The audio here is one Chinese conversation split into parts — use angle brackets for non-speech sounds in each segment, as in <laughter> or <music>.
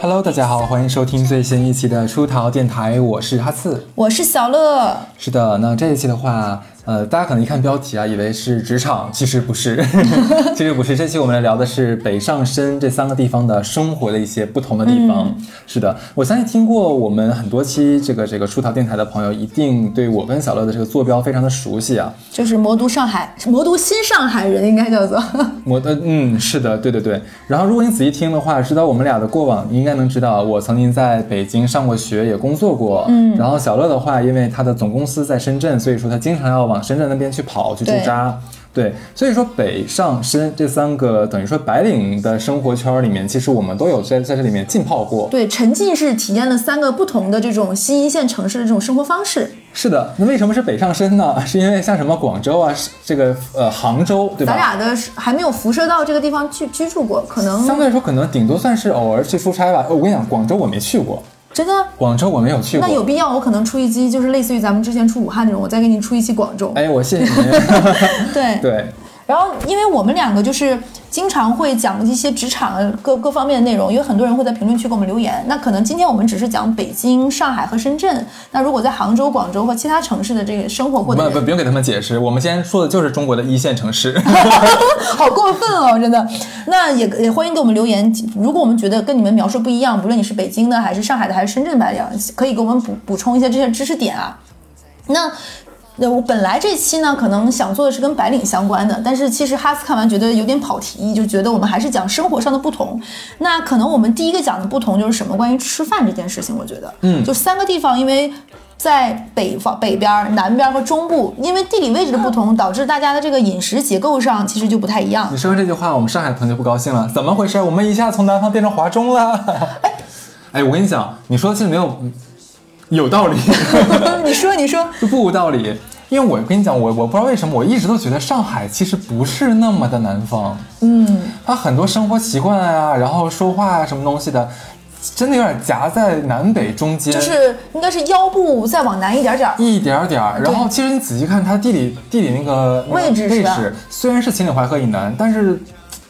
Hello，大家好，欢迎收听最新一期的出逃电台，我是哈刺。我是小乐，是的，那这一期的话，呃，大家可能一看标题啊，以为是职场，其实不是，其实不是。这期我们来聊的是北上深这三个地方的生活的一些不同的地方。是的，我相信听过我们很多期这个这个出逃电台的朋友，一定对我跟小乐的这个坐标非常的熟悉啊。就是魔都上海，魔都新上海人应该叫做。 <laughs> 我的嗯，是的，对对对。然后如果你仔细听的话，知道我们俩的过往，你应该能知道我曾经在北京上过学，也工作过。嗯。然后小乐的话，因为他的总公司在深圳，所以说他经常要往深圳那边去跑去驻扎。对，所以说北上深这三个等于说白领的生活圈儿里面，其实我们都有在在这里面浸泡过。对，沉浸式体验了三个不同的这种新一线城市的这种生活方式。是的，那为什么是北上深呢？ <laughs> 是因为像什么广州啊，是这个呃杭州，对吧？咱俩的是还没有辐射到这个地方去居住过，可相能对来说，可能顶多算是偶尔去出差吧。哦我跟你讲，广州我没去过，真的。广州我没有去过。那有必要，我可能出一期，就是类似于咱们之前出武汉那种，我再给你出一期广州。哎，我谢谢 <laughs> 你。对对，然后，因为我们两个就是经常会讲一些职场各各方面的内容，因为很多人会在评论区给我们留言。那可能今天我们只是讲北京、上海和深圳。那如果在杭州、广州或其他城市的这个生活不过的不人，不用给他们解释，我们今天说的就是中国的一线城市。 <laughs> 好过分哦，真的。那也也欢迎给我们留言，如果我们觉得跟你们描述不一样，不论你是北京的还是上海的还是深圳白领，可以给我们补补充一些这些知识点啊。那。呃，我本来这期呢，可能想做的是跟白领相关的，但是其实哈斯看完觉得有点跑题，就觉得我们还是讲生活上的不同。那可能我们第一个讲的不同就是什么？关于吃饭这件事情，我觉得，嗯，就三个地方，因为在北方、北边儿、南边儿和中部，因为地理位置的不同，导致大家的这个饮食结构上其实就不太一样你。说完这句话，我们上海的朋友就不高兴了，怎么回事？我们一下从南方变成华中了。哎，我跟你讲，你说的其实没有有道 <laughs> 理。嗯你说，你说，就不无道理。因为我跟你讲，我我不知道为什么，我一直都觉得上海其实不是那么的南方。嗯，它很多生活习惯啊，然后说话啊，什么东西的，真的有点夹在南北中间，就是应该是腰部再往南一点点儿。一点儿点儿。然后其实你仔细看它地理地理那个那个位置位是吧置，虽然是秦岭淮河以南，但是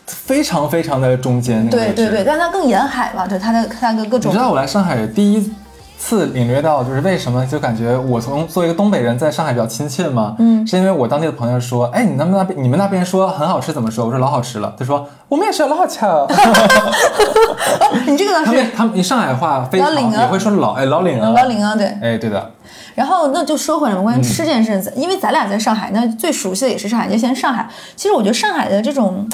非常非常的中间那个位对置。对对，但它更沿海嘛，对它的它的各你种知道我来上海第一次领略到，就是为什么就感觉我从作为一个东北人在上海比较亲切吗？嗯，是因为我当地的朋友说，哎，你们那边你们那边说很好吃怎么说？我说老好吃了。他说我们也是老好吃了。哦你这个倒 <laughs> 他是们他们一上海话非常老领啊也会说老哎老领啊老领啊，对。哎对的，然后那就说回来嘛，关于吃这件事，因为咱俩在上海，那最熟悉的也是上海。就先上海，其实我觉得上海的这种。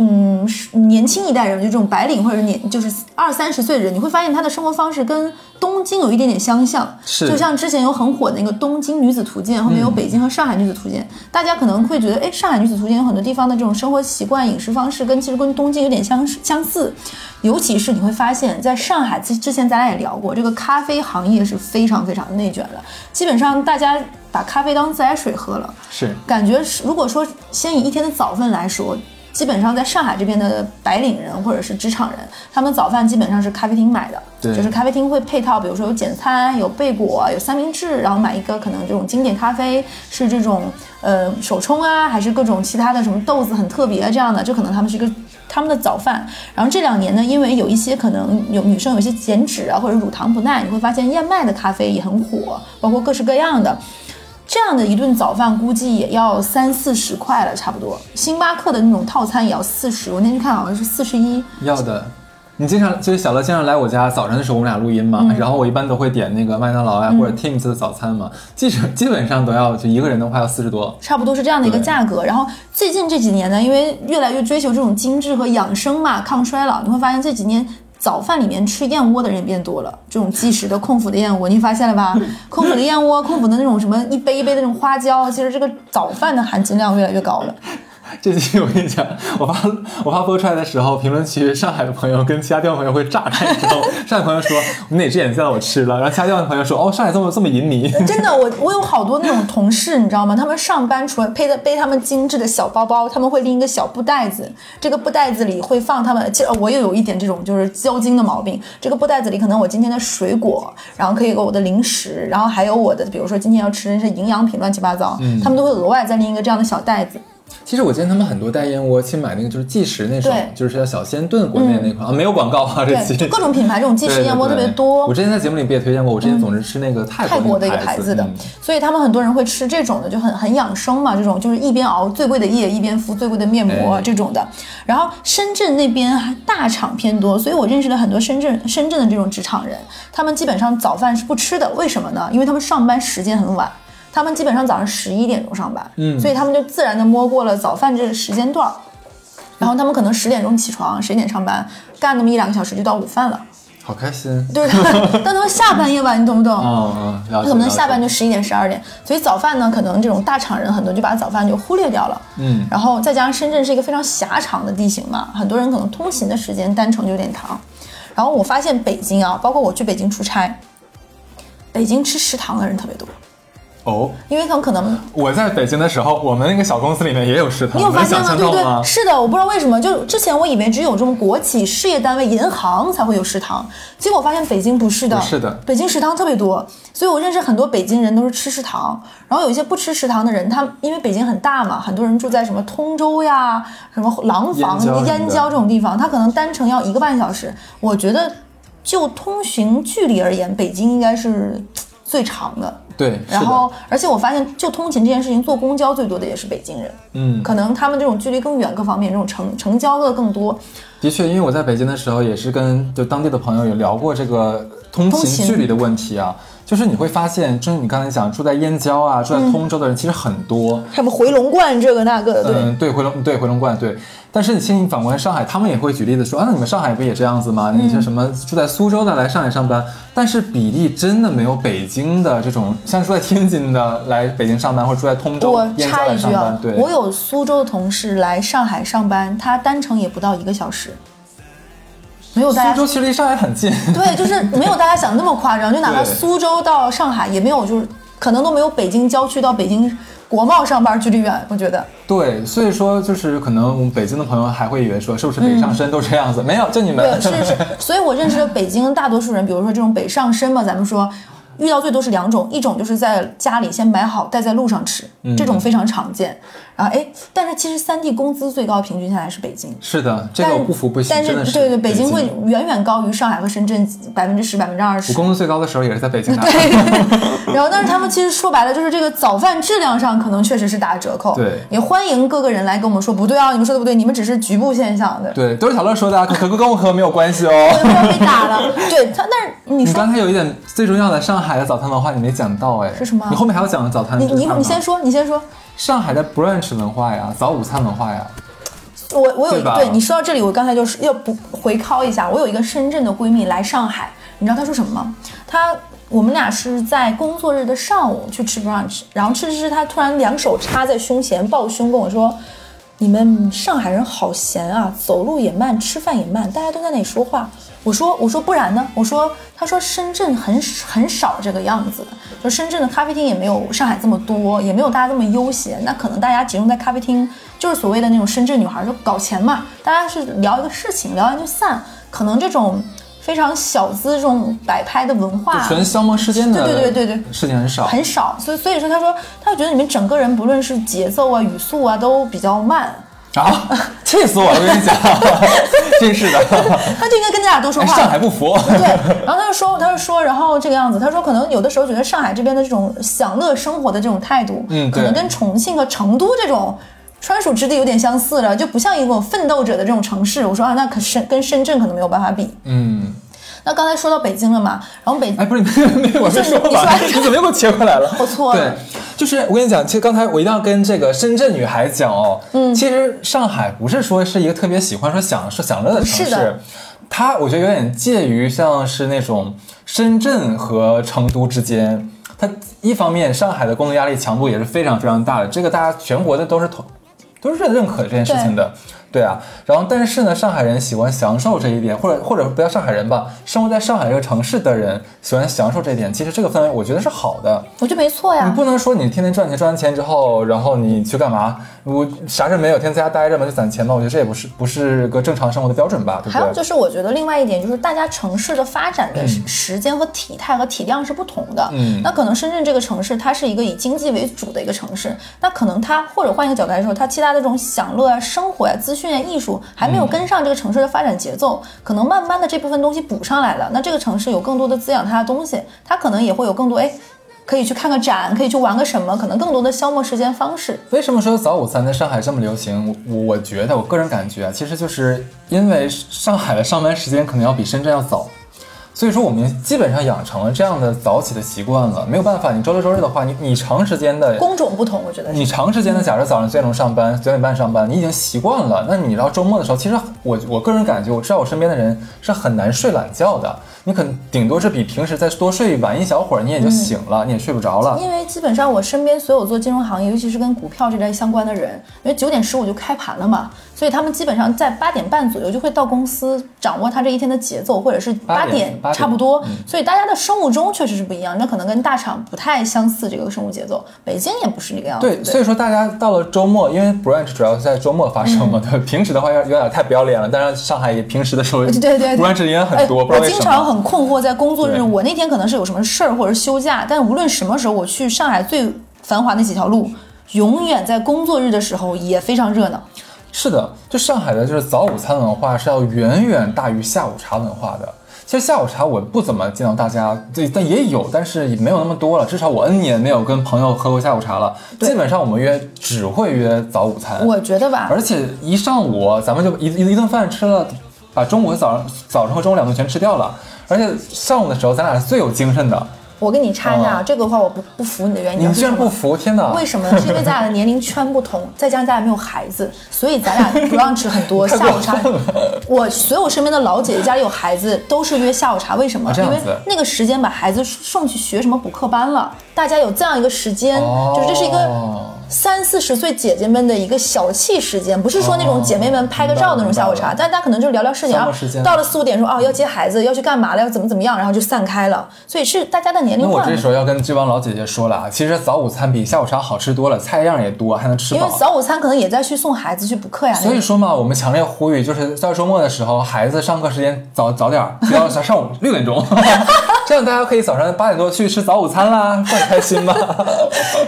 嗯，是年轻一代人就这种白领或者年就是二三十岁的人，你会发现他的生活方式跟东京有一点点相像，是就像之前有很火的那个《东京女子图鉴》，后面有《北京和上海女子图鉴》大家可能会觉得，哎，上海女子图鉴有很多地方的这种生活习惯、饮食方式跟其实跟东京有点相相似，尤其是你会发现在上海，之之前咱俩也聊过，这个咖啡行业是非常非常内卷的，基本上大家把咖啡当自来水喝了。是感觉是，如果说先以一天的早饭来说，基本上在上海这边的白领人或者是职场人，他们早饭基本上是咖啡厅买的，对就是咖啡厅会配套，比如说有简餐、有贝果、有三明治，然后买一个可能这种经典咖啡，是这种呃手冲啊，还是各种其他的什么豆子很特别这样的，这可能他们是一个。他们的早饭，然后这两年呢，因为有一些可能有女生有一些减脂啊，或者乳糖不耐，你会发现燕麦的咖啡也很火，包括各式各样的。这样的一顿早饭估计也要三四十块了，差不多。星巴克的那种套餐也要四十，我那天看好像是四十一。要的。你经常就是小乐经常来我家，早晨的时候我们俩录音嘛，然后我一般都会点那个麦当劳呀、啊或者 Tim's 的早餐嘛，基本基本上都要就一个人的话要四十多， <laughs> 差不多是这样的一个对价格。然后最近这几年呢，因为越来越追求这种精致和养生嘛，抗衰老，你会发现这几年。早饭里面吃燕窝的人也变多了，这种即食的空腹的燕窝，你发现了吧？空腹的燕窝，空腹的那种什么一杯一杯的那种花椒，其实这个早饭的含金量越来越高了。这期我跟你讲， <laughs> 我发我发播出来的时候，评论区上海的朋友跟其他地方朋友会炸开，你知 <laughs> 道吗？上海朋友说你哪只眼睛让我吃了，然后其他地方的朋友说哦，上海这么这么淫靡， <laughs> 真的，我我有好多那种同事，你知道吗？他们上班除了背的背他们精致的小包包，他们会拎一个小布袋子，这个布袋子里会放他们。其实呃我也有一点这种就是交精的毛病，这个布袋子里可能我今天的水果，然后可以有我的零食，然后还有我的，比如说今天要吃的是营养品，乱七八糟，嗯他们都会额外再拎一个这样的小袋子。其实我见他们很多代言，我去买那个就是即食那种对，就是叫小鲜炖国内那款、啊，没有广告啊，这期对，就各种品牌这种即食燕窝特别对多。对对我之前在节目里不也推荐过，我之前总是吃那个嗯泰泰国国那的一个牌子子的，嗯所以他们很多人会吃这种的，就很很养生嘛。这种就是一边熬最贵的夜，一边敷最贵的面膜、哎这种的。然后深圳那边还大厂偏多，所以我认识了很多深圳深圳的这种职场人，他们基本上早饭是不吃的，为什么呢？因为他们上班时间很晚。他们基本上早上十一点钟上班，嗯所以他们就自然的摸过了早饭这个时间段儿，然后他们可能十点钟起床，十一点上班，干那么一两个小时就到午饭了，好开心。对 <laughs> 不对？但他们下半夜晚，你懂不懂？嗯嗯，了解。可能下了班解就十一点、十二点，所以早饭呢，可能这种大厂人很多就把早饭就忽略掉了。嗯然后再加上深圳是一个非常狭长的地形嘛，很多人可能通勤的时间单程就有点长。然后我发现北京啊，包括我去北京出差，北京吃食堂的人特别多，哦，因为他们可能我在北京的时候，我们那个小公司里面也有食堂，你有发能现想吗？象对不到对？吗？是的，我不知道为什么，就之前我以为只有这种国企、事业单位、银行才会有食堂，结果我发现北京不是的，不是的北京食堂特别多，所以我认识很多北京人都是吃食堂，然后有一些不吃食堂的人，他因为北京很大嘛，很多人住在什么通州呀、什么廊坊燕郊什么、的燕郊这种地方，他可能单程要一个半小时，我觉得就通行距离而言，北京应该是最长的。对，是的然后，而且我发现，就通勤这件事情，坐公交最多的也是北京人。嗯，可能他们这种距离更远，各方面这种成成交的更多。的确，因为我在北京的时候，也是跟就当地的朋友有聊过这个通通勤勤距离的问题啊。就是你会发现，就是你刚才讲住在燕郊啊，住在通州的人其实很多。什么回龙观这个那个的，对，嗯，对回龙对回龙观对，但是你现在反观上海，他们也会举例子说，啊，那你们上海不也这样子吗？嗯那些什么住在苏州的来上海上班，但是比例真的没有北京的这种，像住在天津的来北京上班，或者住在通州我、燕插郊来一上句啊班，，对，我有苏州的同事来上海上班，他单程也不到一个小时，没有大苏家州其实离上海很近， <laughs> 对，就是没有大家想的那么夸张，就哪怕对苏州到上海也没有，就是可能都没有北京郊区到北京国贸上班距离远，我觉得。对，所以说就是可能我们北京的朋友还会以为说是不是北上深都这样子？没有，就你们嗯对，是是，所以我认识的北京大多数人，比如说这种北上深嘛，咱们说遇到最多是两种，一种就是在家里先买好带在路上吃，嗯这种非常常见。然后哎，但是其实三地工资最高平均下来是北京。 <laughs> 是的，这个我不服不行，但真的是是对对，北京会远远高于上海和深圳百分之十、百分之二十我。工资最高的时候也是在北京打啊工。对，然后但是他们其实说白了就是这个早饭质量上可能确实是打折扣。对也欢迎各个人来跟我们说不对啊，你们说的不对，你们只是局部现象的，对，都是小乐说的，啊，可可跟我可没有关系 <laughs> 哦。不要被打了。对他，但是你你说刚才有一点最重要的上海的早餐文化你没讲到哎，是什么你后面还要讲早餐你这个你看法你先说，你先说。上海的 brunch 文化呀，早午餐文化呀，我我有对一吧对你说到这里，我刚才就是要补回靠一下。我有一个深圳的闺蜜来上海，你知道她说什么吗？她我们俩是在工作日的上午去吃 brunch，然后吃着吃着，她突然两手插在胸前，抱胸跟我说：“你们上海人好闲啊，走路也慢，吃饭也慢，大家都在那里说话。”我说：“我说不然呢？”我说：“她说深圳很很少这个样子，就深圳的咖啡厅也没有上海这么多，也没有大家这么悠闲。那可能大家集中在咖啡厅，就是所谓的那种深圳女孩，就搞钱嘛，大家是聊一个事情，聊完就散。可能这种非常小资这种摆拍的文化，就纯消磨时间的，对对对对对事情很少。很少，所以所以说他说，他就觉得你们整个人不论是节奏啊、语速啊都比较慢， <laughs> 啊，气死我了！我跟你讲，真是的，他就应该跟大家多说哎话。上海不服。对，然后他就说，他就说，然后这个样子，他说可能有的时候觉得上海这边的这种享乐生活的这种态度，嗯可能对跟重庆和成都这种。川蜀之地有点相似了，就不像一种奋斗者的这种城市。我说啊，那可深跟深圳可能没有办法比。 <laughs> 嗯，那刚才说到北京了嘛，然后北哎，不是，没有没有，我没说完，你说你怎么又给我切回来了？ <laughs> 我错了对，就是我跟你讲，其实刚才我一定要跟这个深圳女孩讲哦，嗯，其实上海不是说是一个特别喜欢说享受享乐的城是的市，它我觉得有点介于像是那种深圳和成都之间。它一方面，上海的工作压力强度也是非常非常大的，这个大家全国的都是同都是认可这件事情的，对啊。然后，但是呢，上海人喜欢享受这一点，或者或者不要上海人吧，生活在上海这个城市的人喜欢享受这一点，其实这个氛围我觉得是好的。我觉得没错呀你。不能说你天天赚钱，赚完钱之后，然后你去干嘛？我啥事没有，天天在家待着嘛，就攒钱嘛。我觉得这也不是不是个正常生活的标准吧，对不还有就对？是，我觉得另外一点就是，大家城市的发展的时时间和体态和体量是不同的。嗯那可能深圳这个城市，它是一个以经济为主的一个城市，那可能它或者换一个角度来说，它其他的这种享乐啊、生活啊、资讯啊、艺术还没有跟上这个城市的发展节奏，可能慢慢的这部分东西补上来了，那这个城市有更多的滋养它的东西，它可能也会有更多哎。可以去看个展，可以去玩个什么，可能更多的消磨时间方式。为什么说早午餐在上海这么流行？我我觉得我个人感觉啊，其实就是因为上海的上班时间可能要比深圳要早，所以说我们基本上养成了这样的早起的习惯了。没有办法，你周六周日的话，你你长时间的工种不同，我觉得是你长时间的，假如早上九点钟上班，九点半上班，你已经习惯了。那你到周末的时候，其实我我个人感觉，我知道我身边的人是很难睡懒觉的。你可能顶多是比平时再多睡晚一小会儿，你也就醒了，你也睡不着了。因为基本上我身边所有做金融行业，尤其是跟股票这类相关的人，因为九点十五就开盘了嘛，所以他们基本上在八点半左右就会到公司，掌握他这一天的节奏，或者是八八点八点嗯差不多。所以大家的生物钟确实是不一样，那可能跟大厂不太相似这个生物节奏。北京也不是这个样子，对，所以以说大家到了周末，因为 brunch 主要是在周末发生嘛，对吧， <laughs> 平时的话有有点太不要脸了。但是上海也平时的时候，嗯啊对对对哎 brunch 也很多，不知我道为经什常么。很困惑，在工作日对我那天可能是有什么事儿或者是休假，但无论什么时候我去上海最繁华那几条路，永远在工作日的时候也非常热闹。是的，就上海的就是早午餐文化是要远远大于下午茶文化的。其实下午茶我不怎么见到大家，对，但也有，但是也没有那么多了。至少我 N 年没有跟朋友喝过下午茶了，基本上我们约只会约早午餐。我觉得吧，哎而且一上午咱们就一一一顿饭吃了，把中午和早上早上和中午两顿全吃掉了。而且上午的时候咱俩是最有精神的，我跟你插一下啊，嗯这个话我不不服你的原因，你们居然为什不么？服，天哪！为什么？是因为咱俩的年龄圈不同， <laughs> 再加上咱俩没有孩子，所以咱俩不让吃 <laughs> 很多太下午茶过分了。我所有身边的老姐姐家里有孩子，都是约下午茶。为什么啊？这因样子为那个时间把孩子送去学什么补课班了，大家有这样一个时间，哦就是这是一个。三四十岁姐姐们的一个小憩时间，不是说那种姐妹们拍个照的那种下午茶，哦明白了但大家可能就聊聊事情消啊磨时间。到了四五点说哦要接孩子，要去干嘛了，要怎么怎么样，然后就散开了。所以是大家的年龄那段。我这时候要跟这帮老姐姐说了啊，其实早午餐比下午茶好吃多了，菜样也多，还能吃因为饱。早午餐可能也在去送孩子去补课呀。所以说嘛，我们强烈呼吁，就是到周末的时候，孩子上课时间早早点儿，不要上上午六点钟， <laughs> 这样大家可以早上八点多去吃早午餐啦，更开心吧。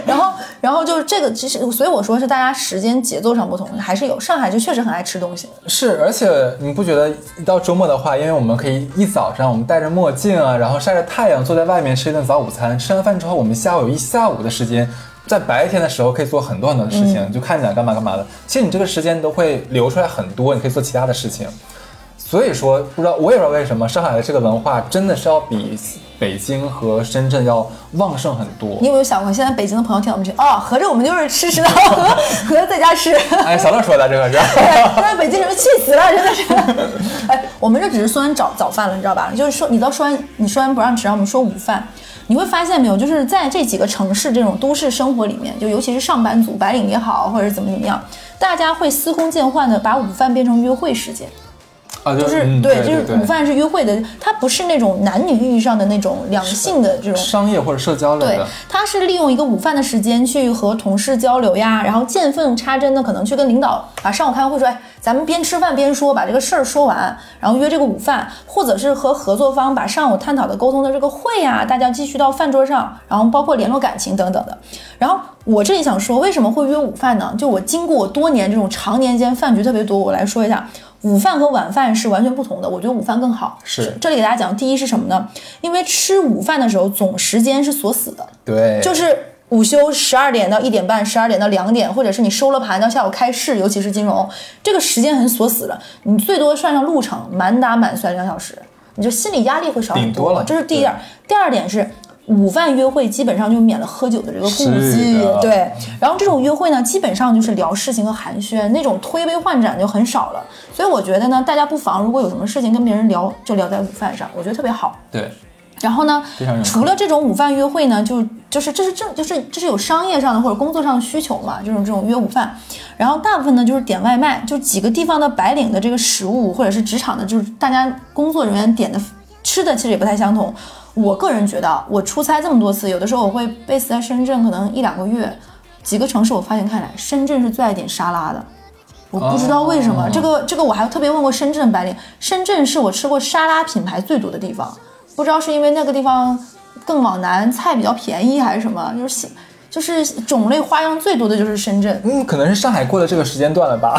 然后，然后就是这个，其实所以我说是大家时间节奏上不同，还是有上海就确实很爱吃东西。是，而且你不觉得一到周末的话，因为我们可以一早上我们戴着墨镜啊，然后晒着太阳坐在外面吃一顿早午餐，吃完饭之后，我们下午有一下午的时间，在白天的时候可以做很多很多的事情，嗯就看你想干嘛干嘛的。其实你这个时间都会留出来很多，你可以做其他的事情。所以说，不知道我也不知道为什么上海的这个文化真的是要比北京和深圳要旺盛很多。你有没有想过，现在北京的朋友听到我们去，哦，合着我们就是吃食堂，合 <laughs> 合着在家吃。哎，小乐说的这个是。 <laughs> 在北京人气死了，真的是。哎，我们这只是说完早早饭了，你知道吧？就是说，你到说完你说完不让吃，然后我们说午饭，你会发现没有，就是在这几个城市这种都市生活里面，就尤其是上班族、白领也好，或者是怎么怎么样，大家会司空见惯的把午饭变成约会时间。啊，就就是、嗯对，对就是午饭是约会的，它不是那种男女意义上的那种两性的这种。商业或者社交类对的。，他是利用一个午饭的时间去和同事交流呀，然后见缝插针的，可能去跟领导把上午开完会说，哎，咱们边吃饭边说，把这个事儿说完，然后约这个午饭，或者是和合作方把上午探讨的、沟通的这个会呀，大家继续到饭桌上，然后包括联络感情等等的。然后我这里想说，为什么会约午饭呢？就我经过我多年这种常年间饭局特别多，我来说一下。午饭和晚饭是完全不同的，我觉得午饭更好。是这里给大家讲，第一是什么呢？因为吃午饭的时候总时间是锁死的，对，就是午休十二点到一点半，十二点到两点，或者是你收了盘到下午开市，尤其是金融，这个时间很锁死了。你最多算上路程，满打满算两小时，你就心理压力会少很顶多了这是第一点。第二点是。午饭约会基本上就免了喝酒的这个顾忌是的，对。然后这种约会呢，基本上就是聊事情和寒暄，那种推杯换盏就很少了。所以我觉得呢，大家不妨如果有什么事情跟别人聊，就聊在午饭上，我觉得特别好。对。然后呢非常认，可除了这种午饭约会呢，就就是这是正就是这是有商业上的或者工作上的需求嘛，这种这种约午饭，然后大部分呢就是点外卖，就几个地方的白领的这个食物或者是职场的，就是大家工作人员点的吃的其实也不太相同。我个人觉得啊，我出差这么多次，有的时候我会 base 在深圳，可能一两个月，几个城市我发现看来，深圳是最爱点沙拉的。我不知道为什么，哦这个这个我还特别问过深圳的白领，深圳是我吃过沙拉品牌最多的地方，不知道是因为那个地方更往南，菜比较便宜还是什么，就是就是种类花样最多的就是深圳。 <laughs> 嗯，可能是上海过了这个时间段了吧。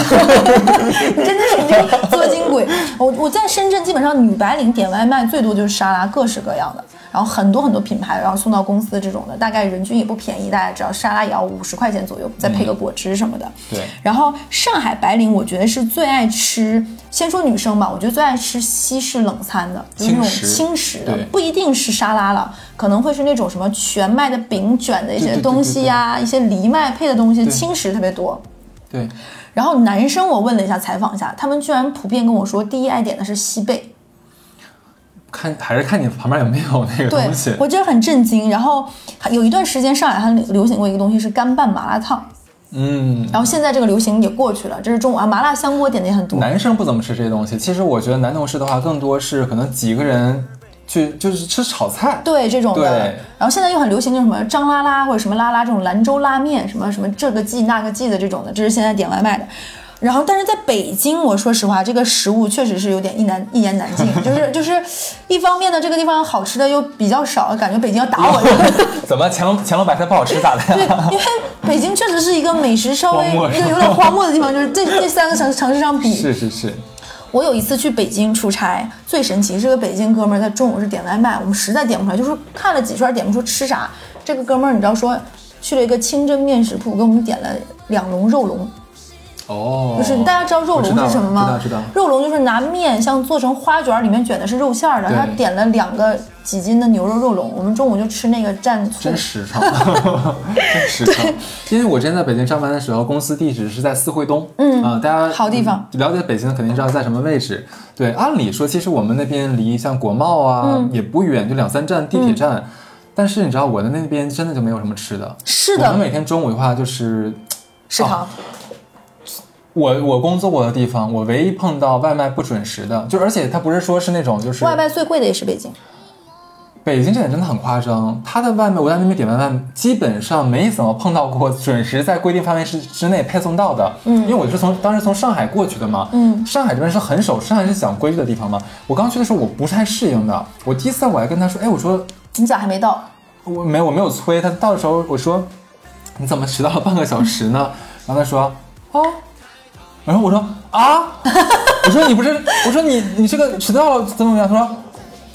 你真的是这个做金鬼。我我在深圳基本上女白领点外卖最多就是沙拉，各式各样的，然后很多很多品牌，然后送到公司这种的，大概人均也不便宜，大家只要沙拉也要五十块钱左右，再配个果汁什么的。嗯对然后上海白领我觉得是最爱吃，先说女生吧，我觉得最爱吃西式冷餐的，就是那种轻食轻食的对，不一定是沙拉了，可能会是那种什么全麦的饼卷的一对对些对东西呀、一些藜麦配的东西，轻食特别多。对，然后男生我问了一下，采访一下，他们居然普遍跟我说，第一爱点的是西贝。看还是看你旁边有没有那个对东西，。我真的很震惊。然后还有一段时间，上海还流流行过一个东西是干拌麻辣烫，嗯，然后现在这个流行也过去了。这是中午啊，麻辣香锅点的也很多。男生不怎么吃这些东西。其实我觉得男同事的话，更多是可能几个人去就是吃炒菜。对这种的对，然后现在又很流行那什么张拉拉或者什么拉拉这种兰州拉面，什么什么这个季那个季的这种的，这是现在点外卖的。然后，但是在北京，我说实话，这个食物确实是有点一难一言难尽，就是就是，一方面呢，这个地方好吃的又比较少，感觉北京要打我了。 <laughs> 怎么乾隆乾隆白菜不好吃咋的对呀？，因为北京确实是一个美食稍微荒漠是吧有点荒漠的地方，就是这这三个城城市上比， <laughs> 是是是，我有一次去北京出差，最神奇是个北京哥们儿，在中午是点外卖，我们实在点不出来，就是看了几圈点不出吃啥。这个哥们儿你知道说去了一个清真面食铺，给我们点了两笼肉笼，哦，就是大家知道肉我知道笼是什么吗？知道知道肉笼就是拿面像做成花卷儿，里面卷的是肉馅儿的。对他点了两个几斤的牛肉肉笼，我们中午就吃那个蘸醋真。实诚，真实诚。因为我之前在北京上班的时候，公司地址是在四惠东，嗯啊、大家好地方嗯了解北京的肯定知道在什么位置。对，按理说其实我们那边离像国贸啊、嗯也不远，就两三站地铁站。但是你知道我的那边真的就没有什么吃的，是我们哦的，每天中午的话就是食堂、我我工作过的地方，我唯一碰到外卖不准时的，就而且它不是说是那种就是外卖最贵的也是北京。北京这点真的很夸张，他的外卖我在那边点外卖，基本上没怎么碰到过准时在规定范围之之内配送到的。嗯，因为我是从当时从上海过去的嘛，嗯，上海这边是很守，上海是讲规矩的地方嘛。我刚去的时候我不太适应的，我第一次我还跟他说，哎，我说你咋还没到？我没有我没有催他，到的时候我说你怎么迟到了半个小时呢？然后他说哦，然后我说啊，我说你不是，我说你你这个迟到了怎么怎么样？他说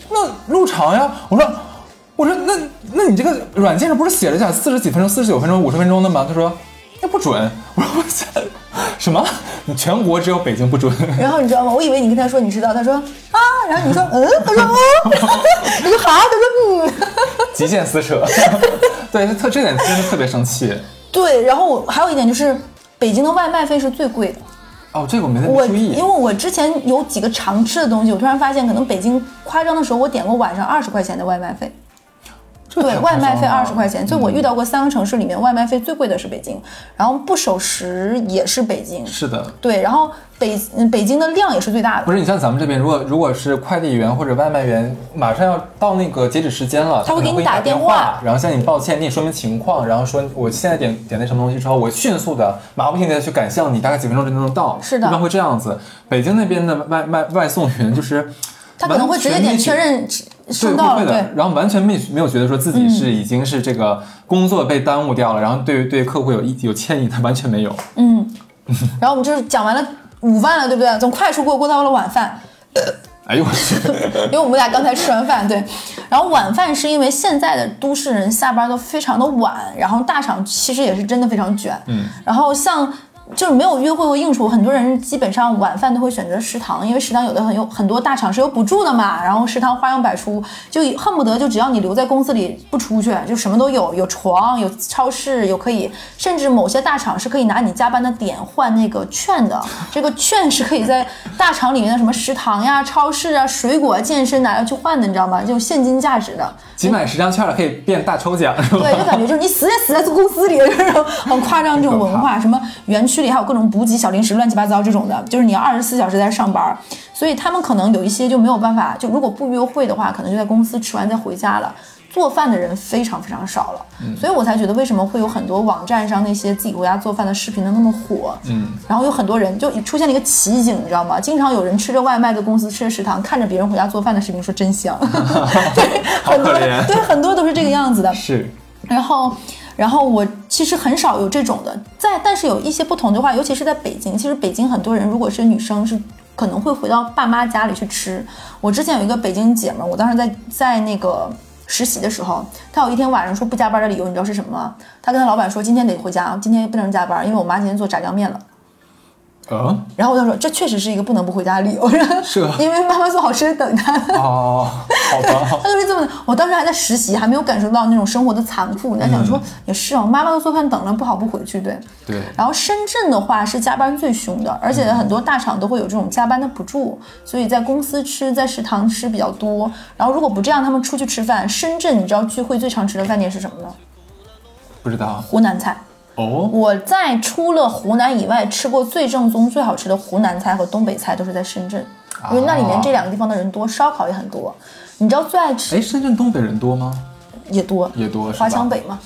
那路长呀，我说我说那那你这个软件上不是写了讲四十几分钟、四十九分钟、五十分钟的吗？他说那不准，我说我什么？你全国只有北京不准。然后你知道吗？我以为你跟他说你知道，他说啊，然后你说嗯，他说 <laughs> 嗯，你说好，他说嗯，极限撕扯，对他特这点真的特别生气。对。然后我还有一点就是，北京的外卖费是最贵的。哦，这个我没太我注意因为。我之前有几个常吃的东西，我突然发现，可能北京夸张的时候，我点过晚上二十块钱的外卖费。这对太，夸外张啊嗯卖费了二十块钱，所以我遇到过三个城市里面，外卖费最贵的是北京，然后不守时也是北京。是的，对，然后北嗯北京的量也是最大的不。是你像咱们这边，如果如果是快递员或者外卖员，马上要到那个截止时间了，他会可能给你打打电电话然后向你抱歉，给你说明情况，然后说我现在点点那什么东西之后，我迅速的马不停蹄的去赶向你，大概几分钟之内能到。是的一般会这样子。北京那边的外卖外送员就是。他可能会直接点确认对，收会到会了，对嗯的，。然后完全没没有觉得说自己是已经是这个工作被耽误掉了，然后对对客户有一有歉意，他完全没有。然后我们就是讲完了午饭了，对不对？从快速过过到了晚饭，哎呦我去， <laughs> 因为我们俩刚才吃完饭，对。然后晚饭是因为现在的都市人下班都非常的晚，然后大厂其实也是真的非常卷，嗯。然后像就是没有约会或应酬，很多人基本上晚饭都会选择食堂，因为食堂有的很有很多大厂是有补助的嘛，然后食堂花样百出，就恨不得就只要你留在公司里不出去，就什么都有，有床，有超市，有可以，甚至某些大厂是可以拿你加班的点换那个券的， <laughs> 这个券是可以在大厂里面的什么食堂呀、超市啊、水果、健身拿来去换的，你知道吗？就现金价值的，集满十张券可以变大抽奖，是吧？对，就感觉就是你死也死在公司里，就是很夸张这种文化。什么园区里还有各种补给小零食，乱七八糟这种的，就是你要二十四小时在上班，所以他们可能有一些就没有办法，就如果不约会的话，可能就在公司吃完再回家了。做饭的人非常非常少了，嗯所以我才觉得为什么会有很多网站上那些自己回家做饭的视频能那么火，嗯，然后有很多人就出现了一个奇景，你知道吗？经常有人吃着外卖在公司吃着食堂，看着别人回家做饭的视频说真香， <laughs> 对，好很多可怜对很多都是这个样子的，是，然后，然后我其实很少有这种的，在但是有一些不同的话，尤其是在北京，其实北京很多人如果是女生是可能会回到爸妈家里去吃。我之前有一个北京姐们儿，我当时在在那个。实习的时候，她有一天晚上说不加班的理由，你知道是什么吗？她跟她老板说今天得回家，今天不能加班，因为我妈今天做炸酱面了。嗯，然后我就说这确实是一个不能不回家的理由， <laughs> 是啊因为妈妈做好吃的等她。哦，好吧，他就是这么的。我当时还在实习，还没有感受到那种生活的残酷。嗯你在想说，也是哦，妈妈都做饭等了，不好不回去，对。 <laughs> 对，嗯然后深圳的话是加班最凶的，而且很多大厂都会有这种加班的补助，所以在公司吃，在食堂吃比较多。然后如果不这样，他们出去吃饭，深圳你知道聚会最常吃的饭店是什么呢？不知道湖南菜。哦，我在除了湖南以外吃过最正宗、最好吃的湖南菜和东北菜都是在深圳，因为那里面这两个地方的人多，烧烤也很多。你知道最爱吃哎，深圳东北人多吗？也多，也多是吧华强北 <laughs> 嘛。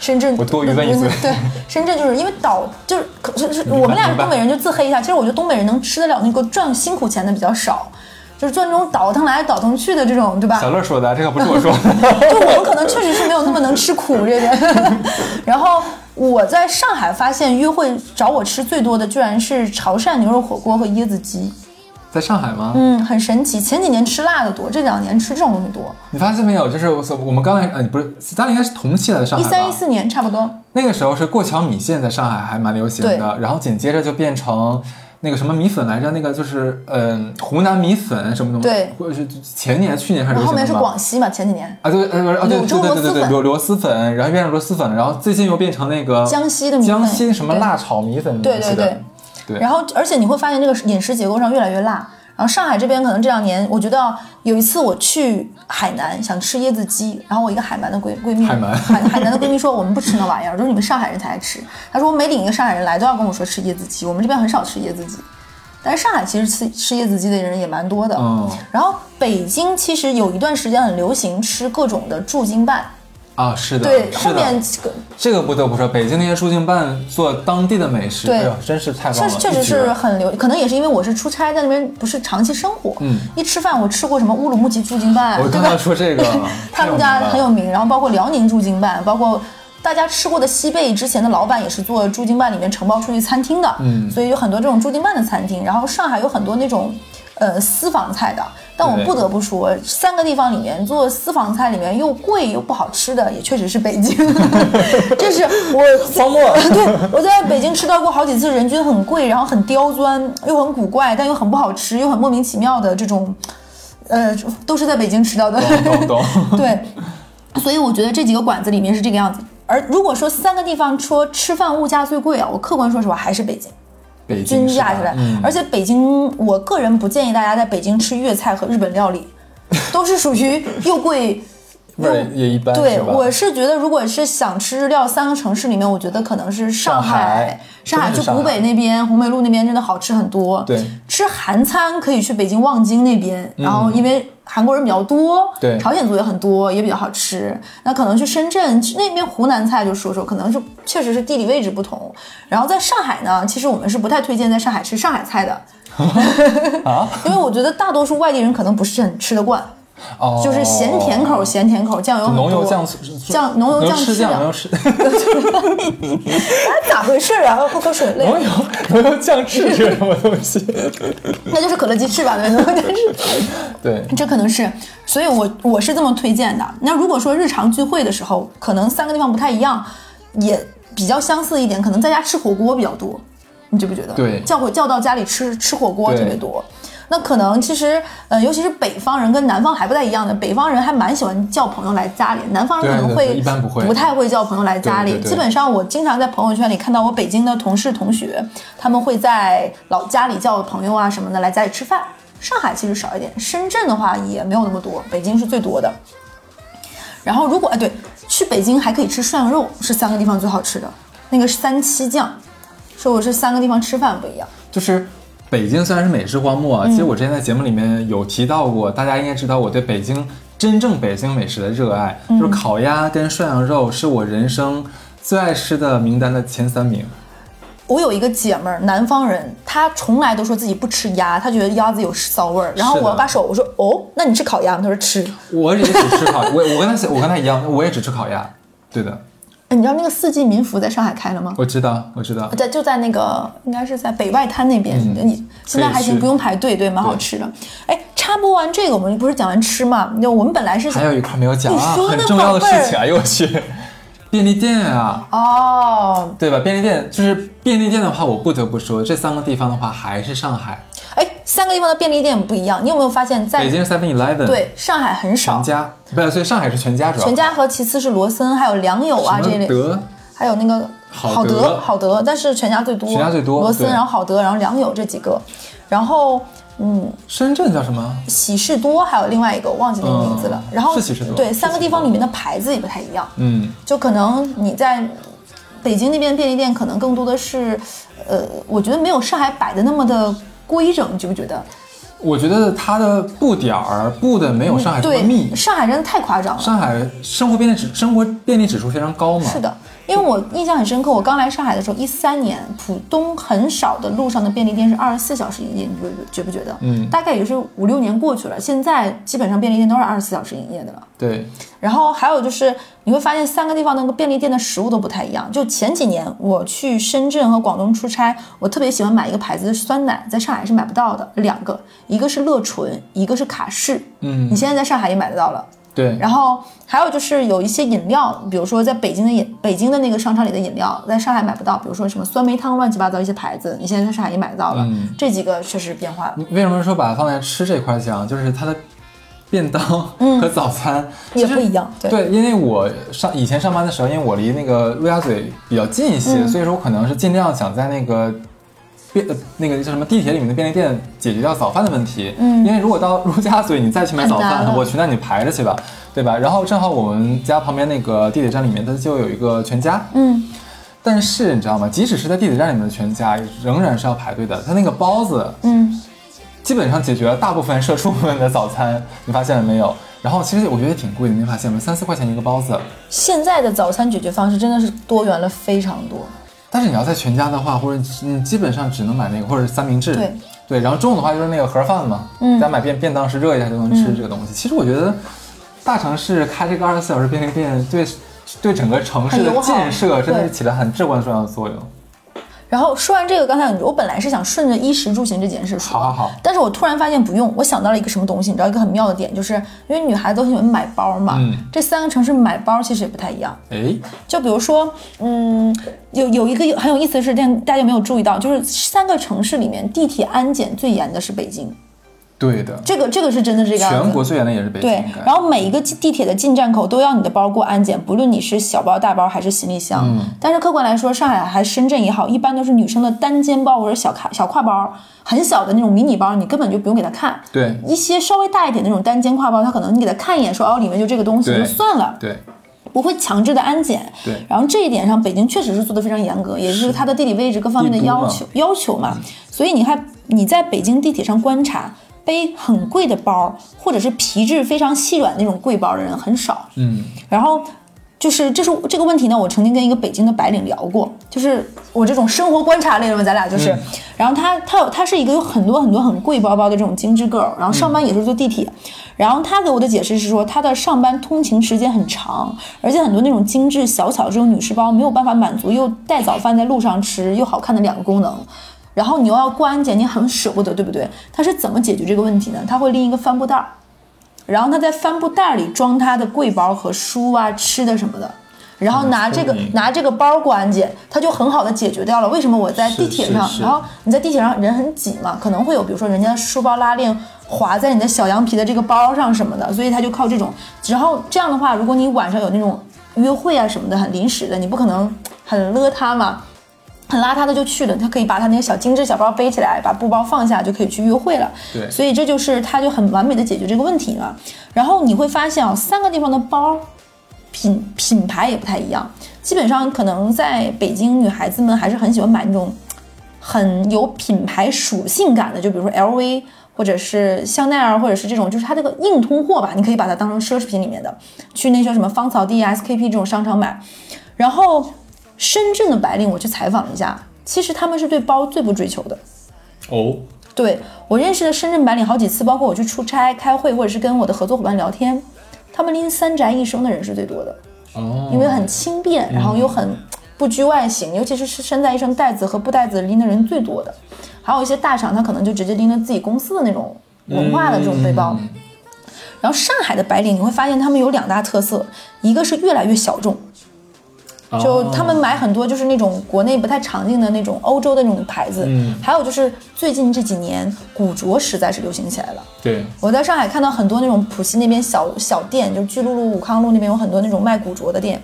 深圳，我多余问一嘴对，深圳就是因为岛，就是可是是我们俩明白是东北人就自黑一下。其实我觉得东北人能吃得了那个赚辛苦钱的比较少，就是赚这种倒腾来倒腾去的这种，对吧？小乐说的，这可不是我说的，就我们可能确实是没有那么能吃苦这点。然后我在上海发现约会找我吃最多的居然是潮汕牛肉火锅和椰子鸡， <laughs> 在上海吗？嗯，很神奇。前几年吃辣的多，这两年吃这种东西多。你发现没有？就是我所我们刚才，呃，不是，咱俩应该是同期来的上一海吧？三一四年差不多，那个时候是过桥米线在上海还蛮流行的，然后紧接着就变成那个什么米粉来着，那个就是嗯、湖南米粉什么东西，对或者是前年去年还是然流后后行面的是嘛。广西嘛，前几年。啊对呃不是啊对柳对州对对对对螺蛳粉柳螺蛳粉，然后变成螺蛳粉，然后最近又变成那个江西的米粉江西什么对辣炒米粉对对是的对对然后，而且你会发现这个饮食结构上越来越辣。然后上海这边可能这两年，我觉得啊有一次我去海南想吃椰子鸡，然后我一个海南的闺闺蜜，海南海海南的闺蜜说我们不吃那玩意儿，就是你们上海人才爱吃。她说我每领一个上海人来都要跟我说吃椰子鸡，我们这边很少吃椰子鸡，但是上海其实吃吃椰子鸡的人也蛮多的。嗯然后北京其实有一段时间很流行吃各种的驻京办，啊是的，对，是后的面。这个这个不得不说，北京那些驻京办做当地的美食，对哎呦，真是太棒确了，实确一实绝 <laughs> 是很流，可能也是因为我是出差在那边，不是长期生活。嗯一吃饭我吃过什么乌鲁木齐驻京办，我对刚吧，刚？说这个 <laughs> 他们家很有名，然后包括辽宁驻京办，包括大家吃过的西贝，之前的老板也是做驻京办里面承包出去餐厅的，嗯所以有很多这种驻京办的餐厅。然后上海有很多那种。呃，私房菜的，但我对不得不说，三个地方里面做私房菜里面又贵又不好吃的，也确实是 <laughs> 北京。这是我荒漠 <laughs> 对，我在北京吃到过好几次，人均很贵，然后很刁钻，又很古怪，但又很不好吃，又很莫名其妙的这种，呃，都是在北京吃到的。懂懂懂。 <laughs> 对，所以我觉得这几个馆子里面是这个样子。而如果说三个地方说吃饭物价最贵啊，我客观说实话还是北京，北均京是吧价起来。嗯而且北京，我个人不建议大家在北京吃粤菜和日本料理，都是属于又贵味儿也一般，对，是吧我是觉得，如果是想吃日料，三个城市里面，我觉得可能是上海，上海真的就是古上海北那边、红梅路那边真的好吃很多。对，嗯吃韩餐可以去北京望京那边，然后因为韩国人比较多，对朝鲜族也很多，也比较好吃。那可能去深圳去那边湖南菜就说说，可能是确实是地理位置不同。然后在上海呢，其实我们是不太推荐在上海吃上海菜的， <laughs> 啊， <laughs> 因为我觉得大多数外地人可能不是很吃得惯。哦就是咸甜口，咸甜口，酱油很浓多油酱醋酱浓油酱吃汁啊酱油吃 <laughs> 哎，咋回事啊？喝口水累了，浓油浓油 <laughs> 酱翅是什么东西？那就是可乐鸡翅吧？对，但 <laughs> 是对，这可能是，所以我我是这么推荐的。那如果说日常聚会的时候，可能三个地方不太一样，也比较相似一点，可能在家吃火锅比较多，你觉不觉得？对叫回叫到家里吃吃火锅对特别多。那可能其实，呃，尤其是北方人跟南方还不太一样的，北方人还蛮喜欢叫朋友来家里，南方人可能对会对对一般不会太会叫朋友来家里。对对对基本上我经常在朋友圈里看到我北京的同事同学，他们会在老家里叫朋友啊什么的来家里吃饭。上海其实少一点，深圳的话也没有那么多，北京是最多的。然后如果哎对，去北京还可以吃涮肉，是三个地方最好吃的，那个是三七酱，是我是三个地方吃饭不一样。就是北京虽然是美食荒漠啊，嗯其实我之前在节目里面有提到过，大家应该知道我对北京真正北京美食的热爱，嗯就是烤鸭跟涮羊肉是我人生最爱吃的名单的前三 <laughs> 名。我有一个姐们儿，南方人，她从来都说自己不吃鸭，她觉得鸭子有骚味儿。然后是的我把手我说哦，那你吃烤鸭吗？她说吃。我也只吃烤，我我跟他我跟他一样，我也只吃烤鸭。对的，哎，你知道那个四季民福在上海开了吗？我知道，我知道。在就在那个应该是在北外滩那边，嗯你现在还可以行，去不用排队，对，蛮好吃的。哎，插播完这个，我们不是讲完吃嘛？就我们本来是想还有一块没有讲啊，你说呢很重要的宝贝儿事情啊！哎呦我去，便利店啊，哦，对吧？便利店就是便利店的话，我不得不说，这三个地方的话还是上海，哎，三个地方的便利店不一样，你有没有发现在，北京 Seven Eleven，，对上海很少全，家，不是，所以上海是全家主要全家和其次是罗森，还有良友啊什这么类，德还有那个好好德好德，但是全家最多，全家最多罗森，对然后好德，然后良友这几个，然后嗯，深圳叫什么？喜事多还有另外一个我忘记那个名字了，嗯然后是喜事多对是三个喜事地方多里面的牌子也不太一样，嗯，就可能你在北京那边便利店，可能更多的是，呃，我觉得没有上海摆的那么的规整，你觉不觉得？我觉得它的布点儿布的没有上海这么密嗯对，。上海真的太夸张了。上海生活便利指生活便利指数非常高嘛，是的，因为我印象很深刻，我刚来上海的时候，一三年，浦东很少的路上的便利店是二十四小时营业，你觉不觉不觉得？嗯大概也是五六年过去了，现在基本上便利店都是二十四小时营业的了。对，然后还有就是，你会发现三个地方那个便利店的食物都不太一样。就前几年我去深圳和广东出差，我特别喜欢买一个牌子的酸奶，在上海是买不到的，两个，一个是乐纯，一个是卡士。嗯你，现在在上海也买得到了。对，然后还有就是有一些饮料，比如说在北京的饮北京的那个商场里的饮料，在上海买不到，比如说什么酸梅汤乱七八糟一些牌子，你现在在上海也买得到了。嗯这几个确实变化了。你为什么说把它放在吃这块讲？就是它的便当 <laughs> 和早餐、嗯也其实不一样对对，因为我上以前上班的时候，因为我离那个陆家嘴比较近一些，嗯所以说我可能是尽量想在那个。便呃那个叫什么地铁里面的便利店解决掉早饭的问题，嗯因为如果到陆家嘴你再去买早很难啊饭，了我去那你排着去吧，对吧？然后正好我们家旁边那个地铁站里面它就有一个全家，嗯，但是你知道吗？即使是在地铁站里面的全家，仍然是要排队的。它那个包子，嗯，基本上解决了大部分社畜们的早餐，你发现了没有？然后其实我觉得也挺贵的，你没发现吗？三四块钱一个包子，现在的早餐解决方式真的是多元了非常多。但是你要在全家的话，或者你基本上只能买那个或者是三明治，对然后中午的话就是那个盒饭嘛，嗯咱买便便当时热一下就能吃这个东西。其实我觉得大城市开这个二十四小时便利店，对对整个城市很的友好建设真的对是起了很至关重要的作用。然后说完这个，刚才我本来是想顺着衣食住行这件事说，好好好但是我突然发现不用，我想到了一个什么东西，你知道一个很妙的点，就是因为女孩子都喜欢买包嘛，嗯这三个城市买包其实也不太一样。哎，就比如说，嗯，有有一个很有意思的事，但大家有没有注意到，就是三个城市里面地铁安检最严的是北京，对的，这个这个是真的是这个样子。全国最远的也是北京，对应该，然后嗯每一个地铁的进站口都要你的包过安检，不论你是小包、大包还是行李箱。嗯但是客观来说，上海还深圳也好，一般都是女生的单肩包或者小卡小挎包，很小的那种迷你包，你根本就不用给她看。对一些稍微大一点的那种单肩挎包，她可能你给她看一眼说，哦，里面就这个东西对就算了。对不会强制的安检。对然后这一点上，北京确实是做的非常严格，也是它的地理位置各方面的地图嘛嗯要求要求嘛。所以你看，你在北京地铁上观察，背很贵的包，或者是皮质非常细软那种贵包的人很少。嗯，然后就是这是这个问题呢，我曾经跟一个北京的白领聊过，就是我这种生活观察类的嘛，咱俩就是，然后他他有他是一个有很多很多很贵包包的这种精致 girl，然后上班也是坐地铁，然后他给我的解释是说，他的上班通勤时间很长，而且很多那种精致小巧这种女士包没有办法满足又带早饭在路上吃又好看的两个功能。然后你又要过安检，你很舍不得，对不对？他是怎么解决这个问题呢？他会拎一个帆布袋儿，然后他在帆布袋里装他的贵包和书啊、吃的什么的。然后拿这个、嗯聪明拿这个包关节，它就很好的解决掉了。为什么我在地铁上是，是然后你在地铁上人很挤嘛，可能会有比如说人家书包拉链划在你的小羊皮的这个包上什么的，所以它就靠这种。然后这样的话，如果你晚上有那种约会啊什么的，很临时的，你不可能很邋遢嘛。很邋遢的就去了，他可以把他那个小精致小包背起来，把布包放下，就可以去约会了。对所以这就是他就很完美的解决这个问题嘛。然后你会发现啊、三个地方的包品品牌也不太一样，基本上可能在北京，女孩子们还是很喜欢买那种很有品牌属性感的，就比如说 LV 或者是香奈儿，或者是这种，就是它这个硬通货吧，你可以把它当成奢侈品里面的，去那些什么芳草地啊、SKP 这种商场买。然后深圳的白领，我去采访了一下，其实他们是对包最不追求的。哦，对我认识的深圳白领好几次，包括我去出差、开会，或者是跟我的合作伙伴聊天，他们拎三宅一生的人是最多的。哦，嗯因为很轻便，然后又很不拘外形，尤其是是身在一身袋子和布袋子拎的人最多的。还有一些大厂，他可能就直接拎着自己公司的那种嗯文化的这种背包。然后上海的白领，你会发现他们有两大特色，一个是越来越小众，哦就他们买很多就是那种国内不太常见的那种欧洲的那种牌子，嗯还有就是最近这几年古着实在是流行起来了。对，我在上海看到很多那种浦西那边小小店，就是巨鹿路、武康路那边有很多那种卖古着的店，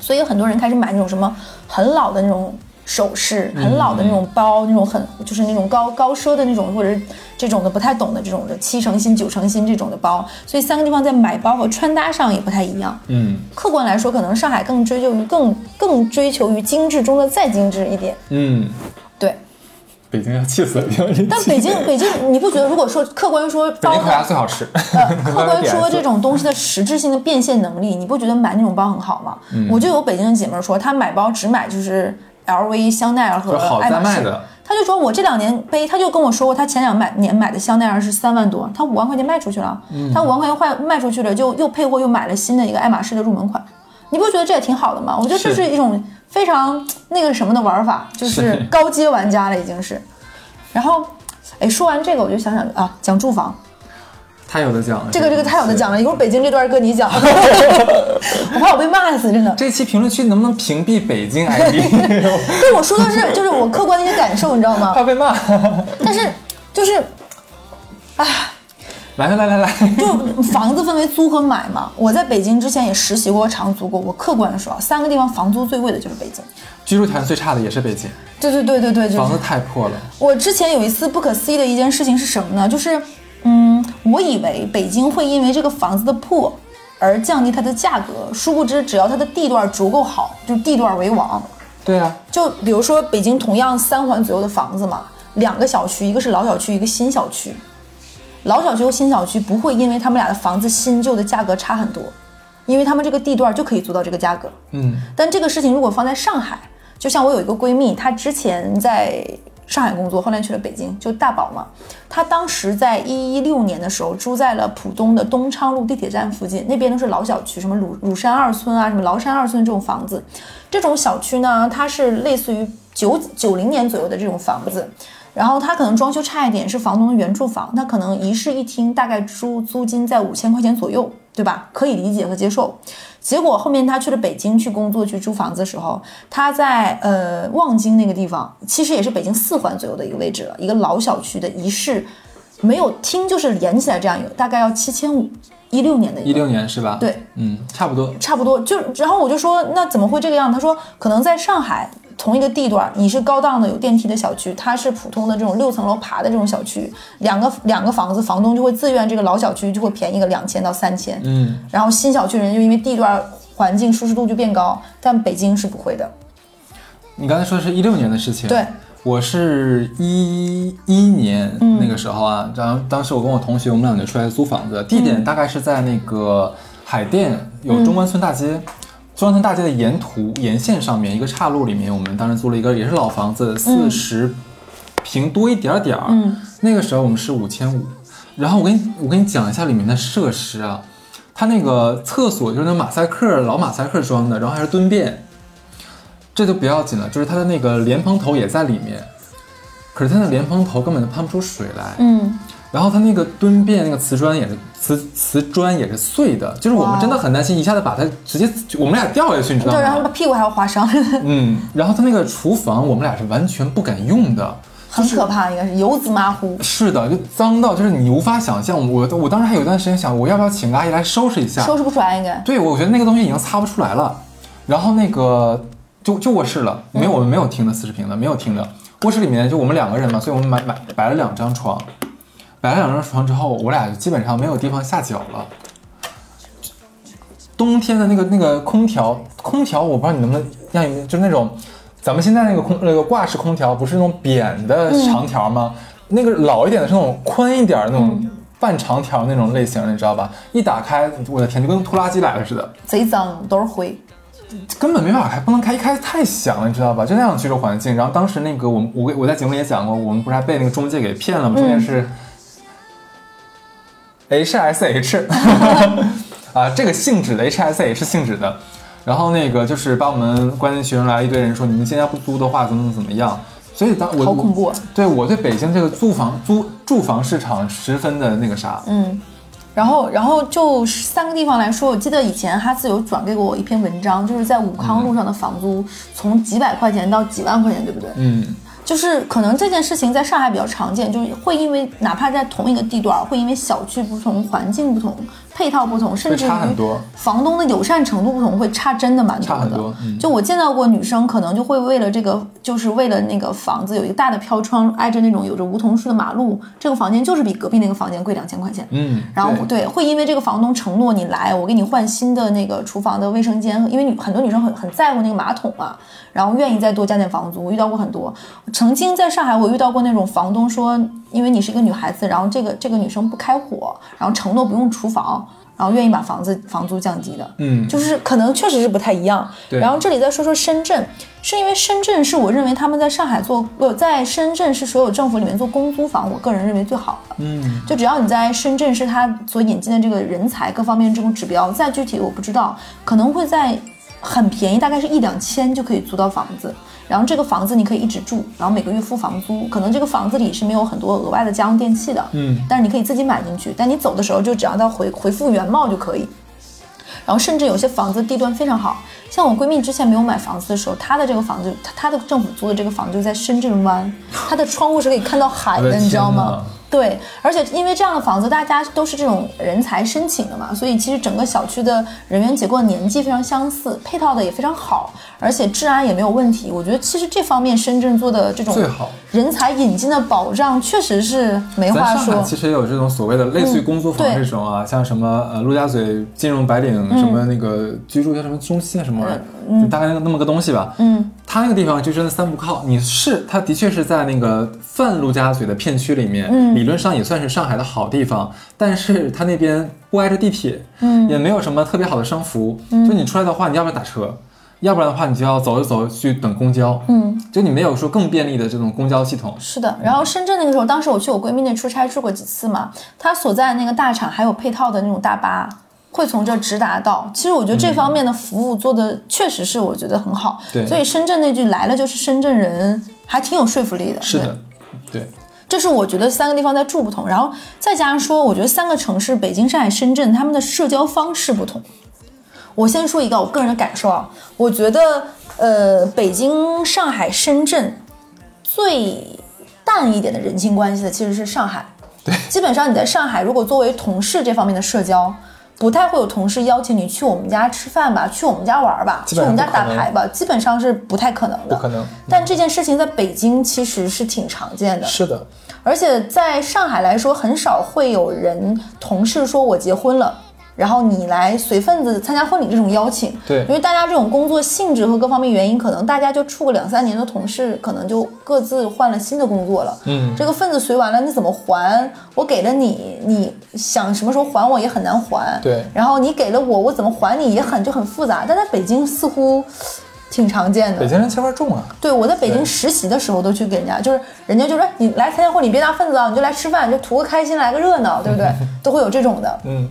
所以有很多人开始买那种什么很老的那种首饰、很老的那种包、那种很就是那种高高奢的那种，或者是这种的不太懂的这种的七成新、九成新这种的包。所以三个地方在买包和穿搭上也不太一样。嗯客观来说，可能上海更追求于更更追求于精致中的再精致一点，嗯，对。北京要气死了，但北京北京，你不觉得如果说客观说北包京烤鸭的最好吃。呃，客观说 DRS 这种东西的实质性的变现能力，你不觉得买那种包很好吗？我就有北京的姐妹说，她买包只买就是 LV、香奈儿和就好爱马在卖仕的。她就说我这两年背，她就跟我说过，她前两买年买的香奈儿是三万多，她五万块钱卖出去了，嗯她五万块钱卖卖出去了，就又配货又买了新的一个爱马仕的入门款，你不觉得这也挺好的吗？我觉得这是是一种非常那个什么的玩法，就是是高阶玩家了已经是。然后，哎，说完这个我就想想啊，讲住房。 <laughs> 太有的讲了，这个这个太有的讲了。了，一会儿北京这段搁你 <laughs> 讲，我怕我被骂死，真的。这期评论区能不能屏蔽北京 ID？ <laughs> 对，我说的是就是我客观的一些感受，你知道吗？怕被骂。但是就是来来来来来，就房子分为租和买嘛。我在北京之前也实习过，长租过。我客观的说啊，三个地方房租最贵的就是北京。居住条件最差的也是北京，对对对对对，就是房子太破了。我之前有一次不可思议的一件事情是什么呢？就是，嗯，我以为北京会因为这个房子的破而降低它的价格，殊不知只要它的地段足够好，就是地段为王。对啊，就比如说北京同样三环左右的房子嘛，两个小区，一个是老小区，一个新小区。老小区和新小区不会因为他们俩的房子新旧的价格差很多，因为他们这个地段就可以租到这个价格。嗯，但这个事情如果放在上海，就像我有一个闺蜜，她之前在上海工作，后来去了北京，就大宝嘛。她当时在一一六年的时候住在了浦东的东昌路地铁站附近，那边都是老小区，什么鲁鲁山二村啊，什么崂山二村这种房子。这种小区呢，它是类似于九九零年左右的这种房子。然后它可能装修差一点，是房东的原住房，那可能一室一厅，大概租租金在五千块钱左右，对吧？可以理解和接受。结果后面他去了北京去工作去租房子的时候，他在呃望京那个地方，其实也是北京四环左右的一个位置了，一个老小区的一室，没有厅就是连起来这样一个，大概要七千五，一六年的一一个。六年是吧？对，嗯，差不多。差不多就，然后我就说那怎么会这个样？他说可能在上海同一个地段，你是高档的有电梯的小区，它是普通的这种六层楼爬的这种小区，两个两个房子，房东就会自愿这个老小区就会便宜个两千到三千，嗯，然后新小区人就因为地段环境舒适度就变高，但北京是不会的。你刚才说的是一六年的事情，对，我是一一年嗯那个时候啊，然后当时我跟我同学，我们俩就出来租房子，地嗯点大概是在那个海淀有中关村大嗯街。中关村大街的沿途沿线上面一个岔路里面，我们当时租了一个也是老房子，四十平多一点儿点儿。嗯，那个时候我们是五千五。然后我跟你我跟你讲一下里面的设施啊，它那个厕所就是那马赛克老马赛克装的，然后还是蹲便，这就不要紧了，就是它的那个莲蓬头也在里面。可是他的莲蓬头根本就喷不出水来，嗯，然后他那个蹲便那个瓷砖也是瓷瓷砖也是碎的，就是我们哇真的很担心一下子把它直接我们俩掉下去，你知道对，然后吗？把屁股还要划伤， <laughs> 嗯，然后他那个厨房我们俩是完全不敢用的，很可怕，应该是油渍马糊。是的，就脏到就是你无法想象。我我当时还有一段时间想，我要不要请个阿姨来收拾一下？收拾不出来，应该对，我觉得那个东西已经擦不出来了。然后那个就就卧室了，没有我们没有厅的四十平的，没有厅的卧室里面就我们两个人嘛，所以我们买买摆了两张床，摆了两张床之后，我俩基本上没有地方下脚了。冬天的那个那个空调，空调我不知道你能不能让你们就是那种，咱们现在那个空那个挂式空调不是那种扁的长条吗？那个老一点的是那种宽一点的那种半长条那种类型的，你知道吧？一打开，我的天，就跟拖拉机来了似的，贼脏，都是灰。根本没办法开，不能开，一开太响了，你知道吧？就那样的居住环境。然后当时那个我们我我在节目里也讲过，我们不是还被那个中介给骗了吗？中介是 H S H 啊，这个性质的 H S H 性质的。然后那个就是把我们关进去，然后来一堆人说，你们现在不租的话，怎么怎么样？所以当我好恐怖啊对我对北京这个租房租住房市场十分的那个啥，嗯，然后，然后就三个地方来说，我记得以前哈斯有转给过我一篇文章，就是在武康路上的房租从几百块钱到几万块钱，对不对？嗯，就是可能这件事情在上海比较常见，就是会因为哪怕在同一个地段，会因为小区不同、环境不同、配套不同，甚至于差很多房东的友善程度不同，会差真的蛮多差很的。多嗯就我见到过女生，可能就会为了这个，就是为了那个房子有一个大的飘窗，挨着那种有着梧桐树的马路，这个房间就是比隔壁那个房间贵两千块钱。嗯然后对会因为这个房东承诺你来，我给你换新的那个厨房的卫生间，因为女很多女生很很在乎那个马桶嘛，然后愿意再多加点房租。我遇到过很多，曾经在上海我遇到过那种房东说，因为你是一个女孩子，然后这个这个女生不开火，然后承诺不用厨房，然后愿意把房子房租降低的，嗯就是可能确实是不太一样。对然后这里再说说深圳，是因为深圳是我认为他们在上海做，呃，在深圳是所有政府里面做公租房，我个人认为最好的。嗯，就只要你在深圳是他所引进的这个人才各方面这种指标，再具体我不知道，可能会在很便宜，大概是一两千就可以租到房子。然后这个房子你可以一直住，然后每个月付房租，可能这个房子里是没有很多额外的家用电器的，嗯，但是你可以自己买进去，但你走的时候就只要它回回复原貌就可以。然后甚至有些房子地段非常好，像我闺蜜之前没有买房子的时候，她的这个房子，她她的政府租的这个房子就在深圳湾，她的窗户是可以看到海我的的，你知道天吗哪？对，而且因为这样的房子，大家都是这种人才申请的嘛，所以其实整个小区的人员结构年纪非常相似，配套的也非常好，而且治安也没有问题。我觉得其实这方面深圳做的这种最好人才引进的保障，确实是没咱话上海说。其实也有这种所谓的类似于公租房嗯对嗯这种啊，像什么呃陆家嘴金融白领什么那个居住叫什么中心啊什么玩意儿，就大概那个那么个东西吧。嗯，它那个地方就真的三不靠，你是它的确是在那个泛陆家嘴的片区里面，嗯理论上也算是上海的好地方，但是它那边不挨着地铁，嗯，也没有什么特别好的商服，嗯就你出来的话，你要不然打车。要不然的话，你就要走着走着去等公交，嗯，就你没有说更便利的这种公交系统，是的，然后深圳那个时候，当时我去我闺蜜那出差住过几次嘛，她所在那个大厂还有配套的那种大巴，会从这儿直达到。其实我觉得这方面的服务做的确实是我觉得很好，嗯对所以深圳那句来了就是深圳人，还挺有说服力的。是对的，对，这是我觉得三个地方在住不同，然后再加上说，我觉得三个城市北京、上海、深圳，他们的社交方式不同。我先说一个我个人的感受啊，我觉得呃，北京、上海、深圳最淡一点的人情关系的其实是上海。对，基本上你在上海，如果作为同事这方面的社交，不太会有同事邀请你去我们家吃饭吧，去我们家玩吧，基去本上我们家不可打能牌吧，基本上是不太可能的。不可能但这件事情在北京其实是挺常见的。是的，而且在上海来说，很少会有人同事说我结婚了。然后你来随份子参加婚礼这种邀请，对因为大家这种工作性质和各方面原因，可能大家就处个两三年的同事，可能就各自换了新的工作了。嗯这个份子随完了，你怎么还？我给了你，你想什么时候还我也很难还。对然后你给了我，我怎么还你也很就很复杂。但在北京似乎挺常见的。北京人气味重啊，对，我在北京对实习的时候都去给人家，就是人家就说哎你来参加婚礼别拿份子啊，你就来吃饭，就图个开心，来 <laughs> 个热闹，对不对？都会有这种的。嗯，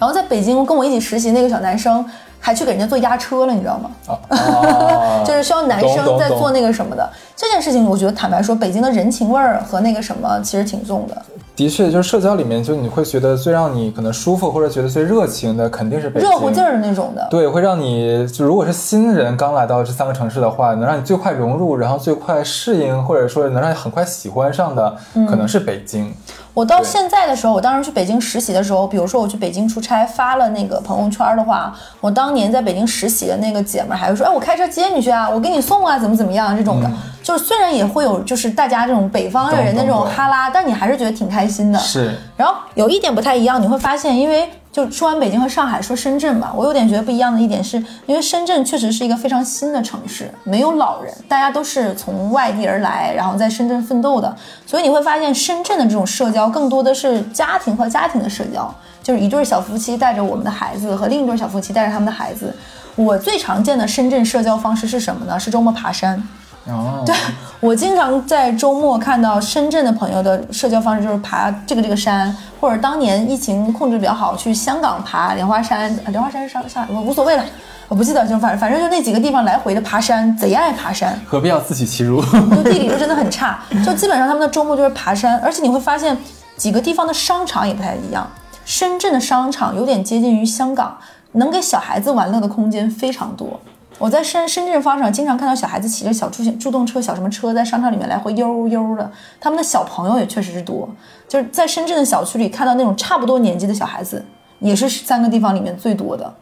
然后在北京跟我一起实习那个小男生，还去给人家做压车了，你知道吗？ <laughs> 啊哦就是需要男生在做那个什么的这件事情，我觉得坦白说，北京的人情味儿和那个什么其实挺重的。的确，就是社交里面，就你会觉得最让你可能舒乎或者觉得最热情的，肯定是北京。热乎劲儿的那种的。对，会让你就如果是新人刚来到这三个城市的话，能让你最快融入，然后最快适应，或者说能让你很快喜欢上的，嗯可能是北京。我到对现在的时候，我当时去北京实习的时候，比如说我去北京出差发了那个朋友圈的话，我当年在北京实习的那个姐们儿还会说，哎，我开车接你去啊，我给你送啊，怎么怎么样这嗯种的。就是虽然也会有就是大家这种北方人的这懂种懂懂哈拉，但你还是觉得挺开心的。是，然后有一点不太一样，你会发现，因为就说完北京和上海，说深圳吧，我有点觉得不一样的一点是，因为深圳确实是一个非常新的城市，没有老人，大家都是从外地而来，然后在深圳奋斗的，所以你会发现深圳的这种社交更多的是家庭和家庭的社交，就是一对小夫妻带着我们的孩子和另一对小夫妻带着他们的孩子。我最常见的深圳社交方式是什么呢？是周末爬山。哦，对我经常在周末看到深圳的朋友的社交方式就是爬这个这个山，或者当年疫情控制比较好，去香港爬莲花山，呃莲花山是上上海，我无所谓了，我不记得，就反正反正就那几个地方来回的爬山，贼爱爬山，何必要自取其辱？就地理就真的很差，就基本上他们的周末就是爬山，而且你会发现几个地方的商场也不太一样，深圳的商场有点接近于香港，能给小孩子玩乐的空间非常多。我在深深圳商场经常看到小孩子骑着小助行助动车、小什么车在商场里面来回悠悠的，他们的小朋友也确实是多，就是在深圳的小区里看到那种差不多年纪的小孩子，也是三个地方里面最多的。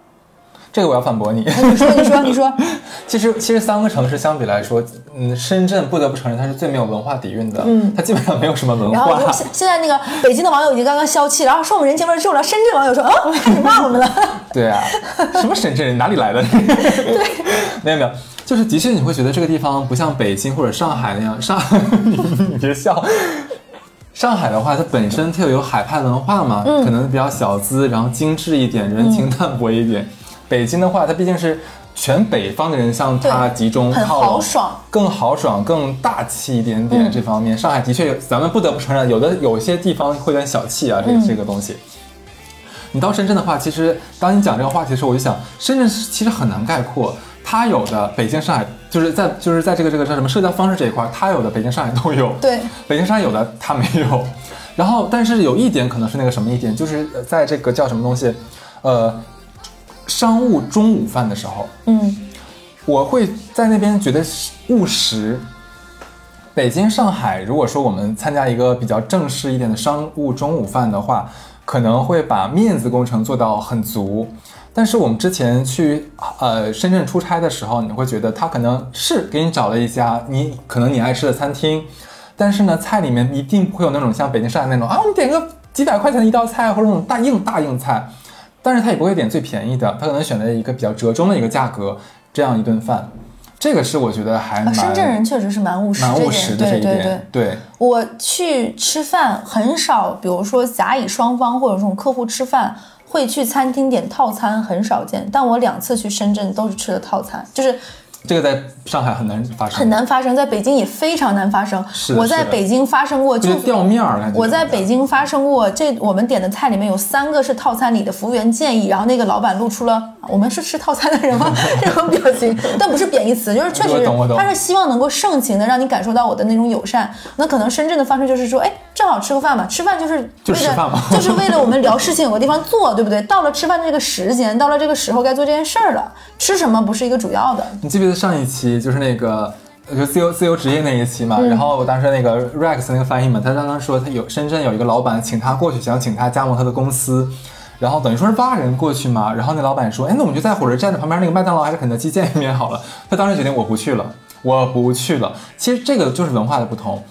这个我要反 <laughs> 驳你。你说，你说，你说，其实，其实三个城市相比来说，嗯，深圳不得不承认它是最没有文化底蕴的，嗯，它基本上没有什么文然后 <laughs> 化我。现现在那个北京的网友已经刚刚消气，然后说我们人情味儿重了，深圳网友说，哦，开始骂我们了。 <laughs> <laughs> 对啊，什么深圳人哪里来的？对， <laughs> 没有没有，就是的确你会觉得这个地方不像北京或者上海那样，上 <laughs> 你你别笑。上海的话，它本身它又有海派文化嘛，嗯可能比较小资，然后精致一点，人情淡薄一点。嗯北京的话，它毕竟是全北方的人向它对集中很靠拢，豪爽嗯更豪爽、更大气一点点。这方面，上海的确有，咱们不得不承认，有的有些地方会有点小气啊，嗯这个、这个东西。你到深圳的话，其实当你讲这个话题的时候，我就想，深圳其实很难概括，它有的北京、上海，就是在就是在这个这个叫什么社交方式这一块，它有的北京、上海都有，对，北京、上海有的它没有。然后，但是有一点可能是那个什么一点，就是呃在这个叫什么东西，呃，商务中午饭的时候，嗯，我会在那边觉得是务实。北京、上海，如果说我们参加一个比较正式一点的商务中午饭的话，可能会把面子工程做到很足。但是我们之前去呃深圳出差的时候，你会觉得他可能是给你找了一家你可能你爱吃的餐厅，但是呢，菜里面一定不会有那种像北京、上海那种啊，我们点个几百块钱的一道菜，或者那种大硬大硬菜。但是他也不会点最便宜的，他可能选择一个比较折中的一个价格，这样一顿饭，这个是我觉得还啊蛮、深圳人确实 <laughs> 是蛮务实蛮这务点实的这对一对对点。，对，我去吃饭很少，比如说甲乙双方或者这种客户吃饭会去餐厅点套餐，很少见。但我两次去深圳都是吃的套餐，就是这个在上海很难发生，很难发生，在北京也非常难发生。是的我在是的北京发生过，就就是掉面儿感觉。我在北京发生过，这我们点的菜里面有三个是套餐里的服务员建议，然后那个老板露出了啊我们是吃套餐的人 <laughs> 吗这种表情，但不是贬义词，就是确我实懂我懂他是希望能够盛情的让你感受到我的那种友善。那可能深圳的方式就是说，哎，正好吃个饭吧，吃饭就是就为吃饭嘛了 <laughs> 就是为了我们聊事情有个地方坐，对不对？到了吃饭的这个时间，到了这个时候该做这件事儿了，吃什么不是一个主要的，你记不记得上一期就是那个呃就自由自由职业那一期嘛？嗯然后我当时那个 Rex 那个翻译嘛，他刚刚说他有深圳有一个老板请他过去，想请他加盟他的公司。然后等于说是挖人过去嘛，然后那老板说，哎，那我们就在火车站的旁边那个麦当劳还是肯德基见一面好了。他当时决定我不去了，我不去了。其实这个就是文化的不同，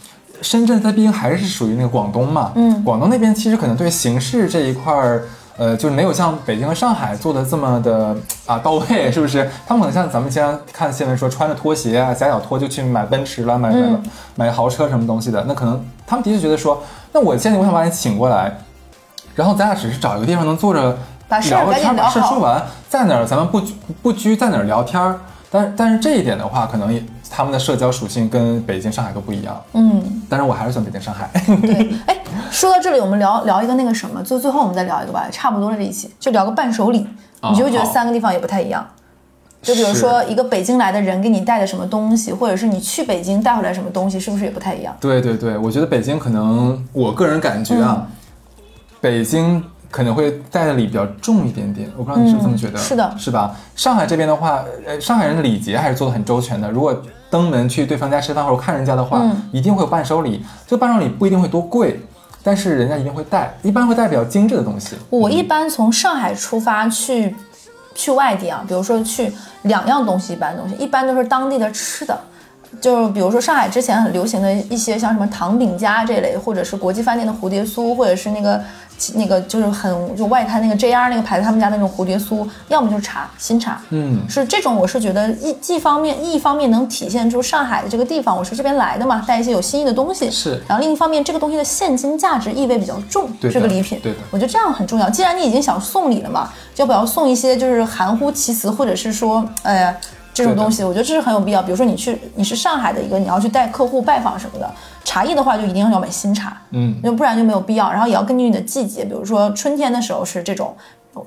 深圳它毕竟还是属于那个广东嘛，嗯广东那边其实可能对形式这一块儿，呃，就是没有像北京和上海做的这么的啊到位，是不是？ <laughs> 他们可能像咱们经常看新闻说，穿着拖鞋啊、夹脚拖就去买奔驰了、买买嗯买豪车什么东西的，那可能他们的确觉得说，那我现在我想把你请过来，然后咱俩只是找一个地方能坐着把事儿聊个赶天儿，紧把聊事儿好嗯说完，在哪儿咱们不拘不拘在哪儿聊天儿。但但是这一点的话，可能也他们的社交属性跟北京、上海都不一样。嗯，但是我还是选北京、上海。 <laughs> 对，哎，说到这里，我们聊聊一个那个什么，就最后我们再聊一个吧，差不多了这一期就聊个伴手礼，啊你觉不觉得好三个地方也不太一样？就比如说是一个北京来的人给你带的什么东西，或者是你去北京带回来什么东西，是不是也不太一样？对对对，我觉得北京可能，我个人感觉啊，嗯北京可能会带的礼比较重一点点。我不知道你是不是这么觉得？嗯是的是吧？上海这边的话，呃，上海人的礼节还是做的很周全的。如果登门去对方家吃饭或者看人家的话，嗯一定会有伴手礼。这个伴手礼不一定会多贵，但是人家一定会带，一般会带比较精致的东西。我一般从上海出发去去外地啊，比如说去两样东西，一般东西一般都是当地的吃的。就是比如说上海之前很流行的一些像什么糖饼家这类，或者是国际饭店的蝴蝶酥，或者是那个那个就是很就外滩那个 JR 那个牌子他们家那种蝴蝶酥，要么就是茶新茶，嗯，是这种，我是觉得一既方面一方面能体现出上海的这个地方，我是这边来的嘛，带一些有新意的东西。是然后另一方面，这个东西的现金价值意味比较重，对的这个礼品，对的我觉得这样很重要。既然你已经想送礼了嘛，就不要送一些就是含糊其辞，或者是说，呃。这种对的东西，我觉得这是很有必要。比如说，你去你是上海的一个，你要去带客户拜访什么的，茶叶的话就一定要买新茶，嗯，因为不然就没有必要。然后也要根据你的季节，比如说春天的时候是这种，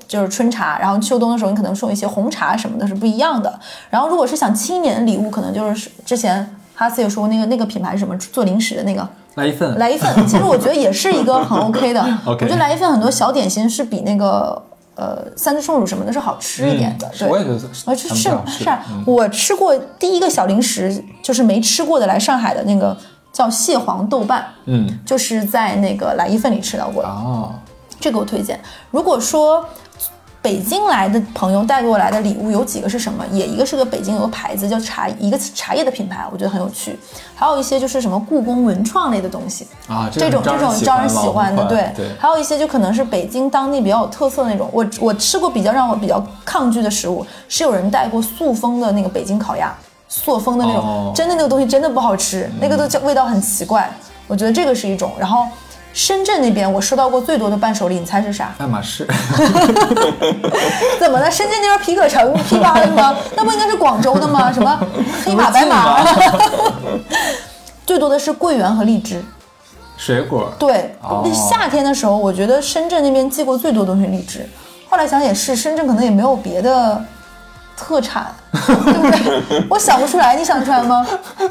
就是春茶；然后秋冬的时候，你可能送一些红茶什么的，是不一样的。然后如果是想轻一点的礼物，可能就是之前哈斯也说过那个那个品牌是什么做零食的那个，来一份，来一份，其实我觉得也是一 <laughs> 个很 OK 的。我嗯 OK 觉得来一份很多小点心是比那个呃三只松鼠什么的是好吃一点的。嗯对，我也觉得我吃很是好吃嗯是啊，我吃过第一个小零食就是没吃过的，来上海的那个叫蟹黄豆瓣，嗯，就是在那个来一份里吃到过的。哦，这个我推荐。如果说北京来的朋友带给我来的礼物有几个是什么？也一个是个北京有个牌子叫茶，一个茶叶的品牌，我觉得很有趣。还有一些就是什么故宫文创类的东西啊这这种种这种招招人人喜喜欢欢的，老对板对还有一些就可能是北京当地比较有特色的那种。我我吃过比较让我比较抗拒的食物，是有人带过塑封的那个北京烤鸭，塑封的那种，哦嗯真的那个东西真的不好吃，那个都叫味道很奇怪。我觉得这个是一种。然后深圳那边我收到过最多的伴手礼，你猜是啥？ <laughs> 爱马仕，怎么了？深圳那边皮革城批发的吗？那不应该是广州的吗？什么黑马白马？ <laughs> 最多的是桂圆和荔枝。水果，对，哦那夏天的时候，我觉得深圳那边寄过最多东西荔枝。后来想也是，深圳可能也没有别的 <laughs> 特产，对不对？我想不出来，你想得出来吗？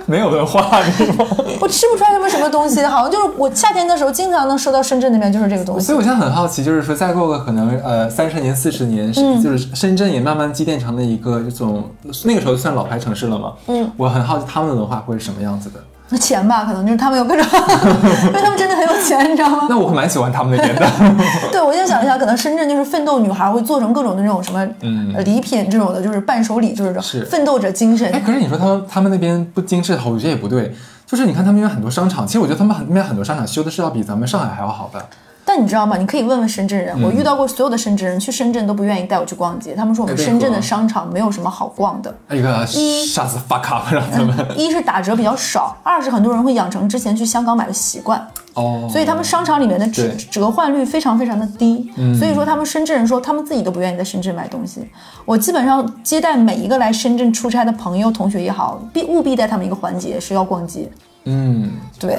没有文化，你知道吗我吃不出来什么什么东西，好像就是我夏天的时候经常能收到深圳那边就是这个东 <laughs> 西所以。我现在很好奇，就是说再过个可能呃三十年、四十年，是嗯就是深圳也慢慢积淀成了一个这种那个时候算老牌城市了嘛。嗯，我很好奇他们的文化会是什么样子的。那钱吧，可能就是他们有 <laughs> 各种，因为他们真的很有钱，你知道吗？那我会蛮喜欢他们那边的。 <laughs> 对，我现在想一下，可能深圳就是奋斗女孩会做成各种的那种什么嗯呃礼品这种的，就是伴手礼，就是这是种奋斗者精神哎，。可是你说他们他们那边不精致，我觉得也不对。就是你看他们那边很多商场，其实我觉得他们那边很多商场修的是要比咱们上海还要好的。但你知道吗？你可以问问深圳嗯人，我遇到过所有的深圳人，去深圳都不愿意带我去逛街，他们说我们哎为深圳的何商场没有什么好逛的。哎个一下次 fuck up 让他们一是打折比较少，二是很多人会养成之前去香港买的习惯，哦，所以他们商场里面的折对嗯折换率非常非常的低，所以说他们深圳人说他们自己都不愿意在深圳买东西。我基本上接待每一个来深圳出差的朋友、同学也好，必务必带他们一个环节是要逛街，嗯，对，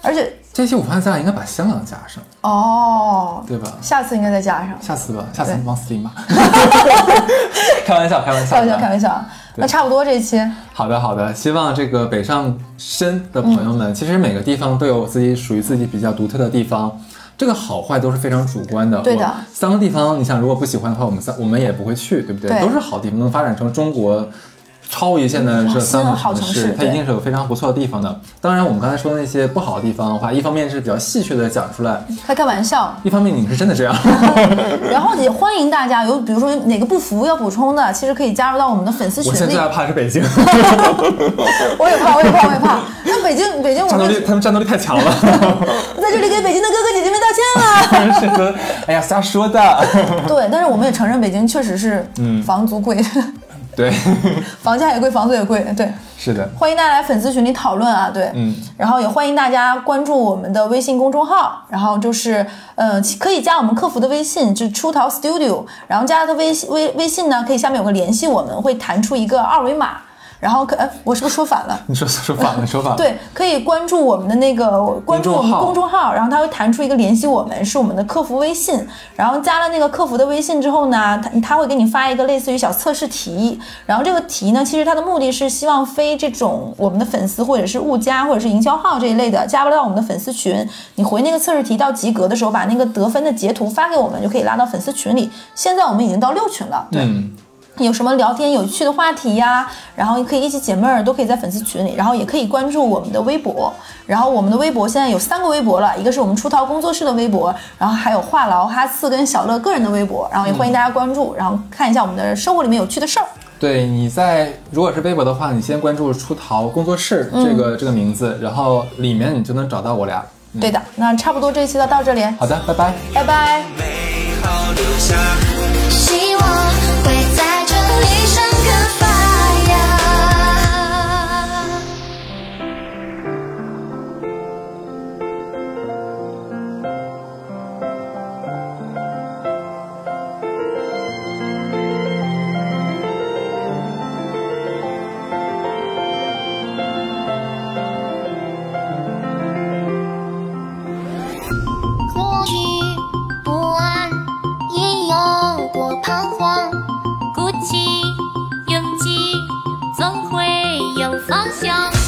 而且这期我发现咱俩应该把香港加上，哦，对吧？下次应该再加上。下次吧，下次往死里 <laughs> 骂。开玩笑，开玩笑，开玩笑，开玩笑啊，那差不多这一期，好的，好的，希望这个北上深的朋友们，嗯其实每个地方都有自己属于自己比较独特的地方，这个好坏都是非常主观的。对的我三个地方，你想如果不喜欢的话，我们三我们也不会去，对不对？对都是好地方，能发展成中国。超一线的这三个哇好城城市市，它对一定是有非常不错的地方的。当然，我们刚才说的那些不好的地方的话，一方面是比较戏谑的讲出来，开开玩笑，一方面你是真的这样。然后也欢迎大家有，比如说哪个不服要补充的，其实可以加入到我们的粉丝群我现在里最。害怕是北 <laughs> 京，我也怕，我也怕，我也怕。那北京，北京，我战斗们力他们战斗力太强了，在这里给北京的哥哥姐姐们道歉 <laughs> 啦。是的，哎呀，瞎说的。 <laughs> 对，但是我们也承认北京确实是，嗯房租贵， <laughs> 对， <laughs> 房价也贵，房租也贵。对，是的，欢迎大家来粉丝群里讨论啊，对，嗯，然后也欢迎大家关注我们的微信公众号，然后就是，呃，可以加我们客服的微信，就是出逃 Studio，然后加他微信微微信呢，可以下面有个联系我们，会弹出一个二维码。然后可哎，我是不是说反了？你说说反了，说反了。对，可以关注我们的那个关注我公众们号公众号，然后它会弹出一个联系我们，是我们的客服微信。然后加了那个客服的微信之后呢，他他会给你发一个类似于小测试题。然后这个题呢，其实它的目的是希望非这种我们的粉丝或者是误加或者是营销号这一类的加不到我们的粉丝群，你回那个测试题到及格的时候，把那个得分的截图发给我们，就可以拉到粉丝群里。现在我们已经到六群了，对。嗯，有什么聊天有趣的话题呀、然后可以一起解闷儿，都可以在粉丝群里，然后也可以关注我们的微博。然后我们的微博现在有三个微博了，一个是我们出逃工作室的微博，然后还有话痨哈刺跟小乐个人的微博，然后也欢迎大家关注，然后看一下我们的生活里面有趣的事儿。对，你在如果是微博的话，你先关注“出逃工作室”这嗯个、这个名字，然后里面你就能找到我俩。嗯对的，那差不多这一期就到这里，好的，拜拜。拜拜。美好留下。希望会在这里生根发芽。或许不安也有过彷徨，鼓起勇气，总会有方向。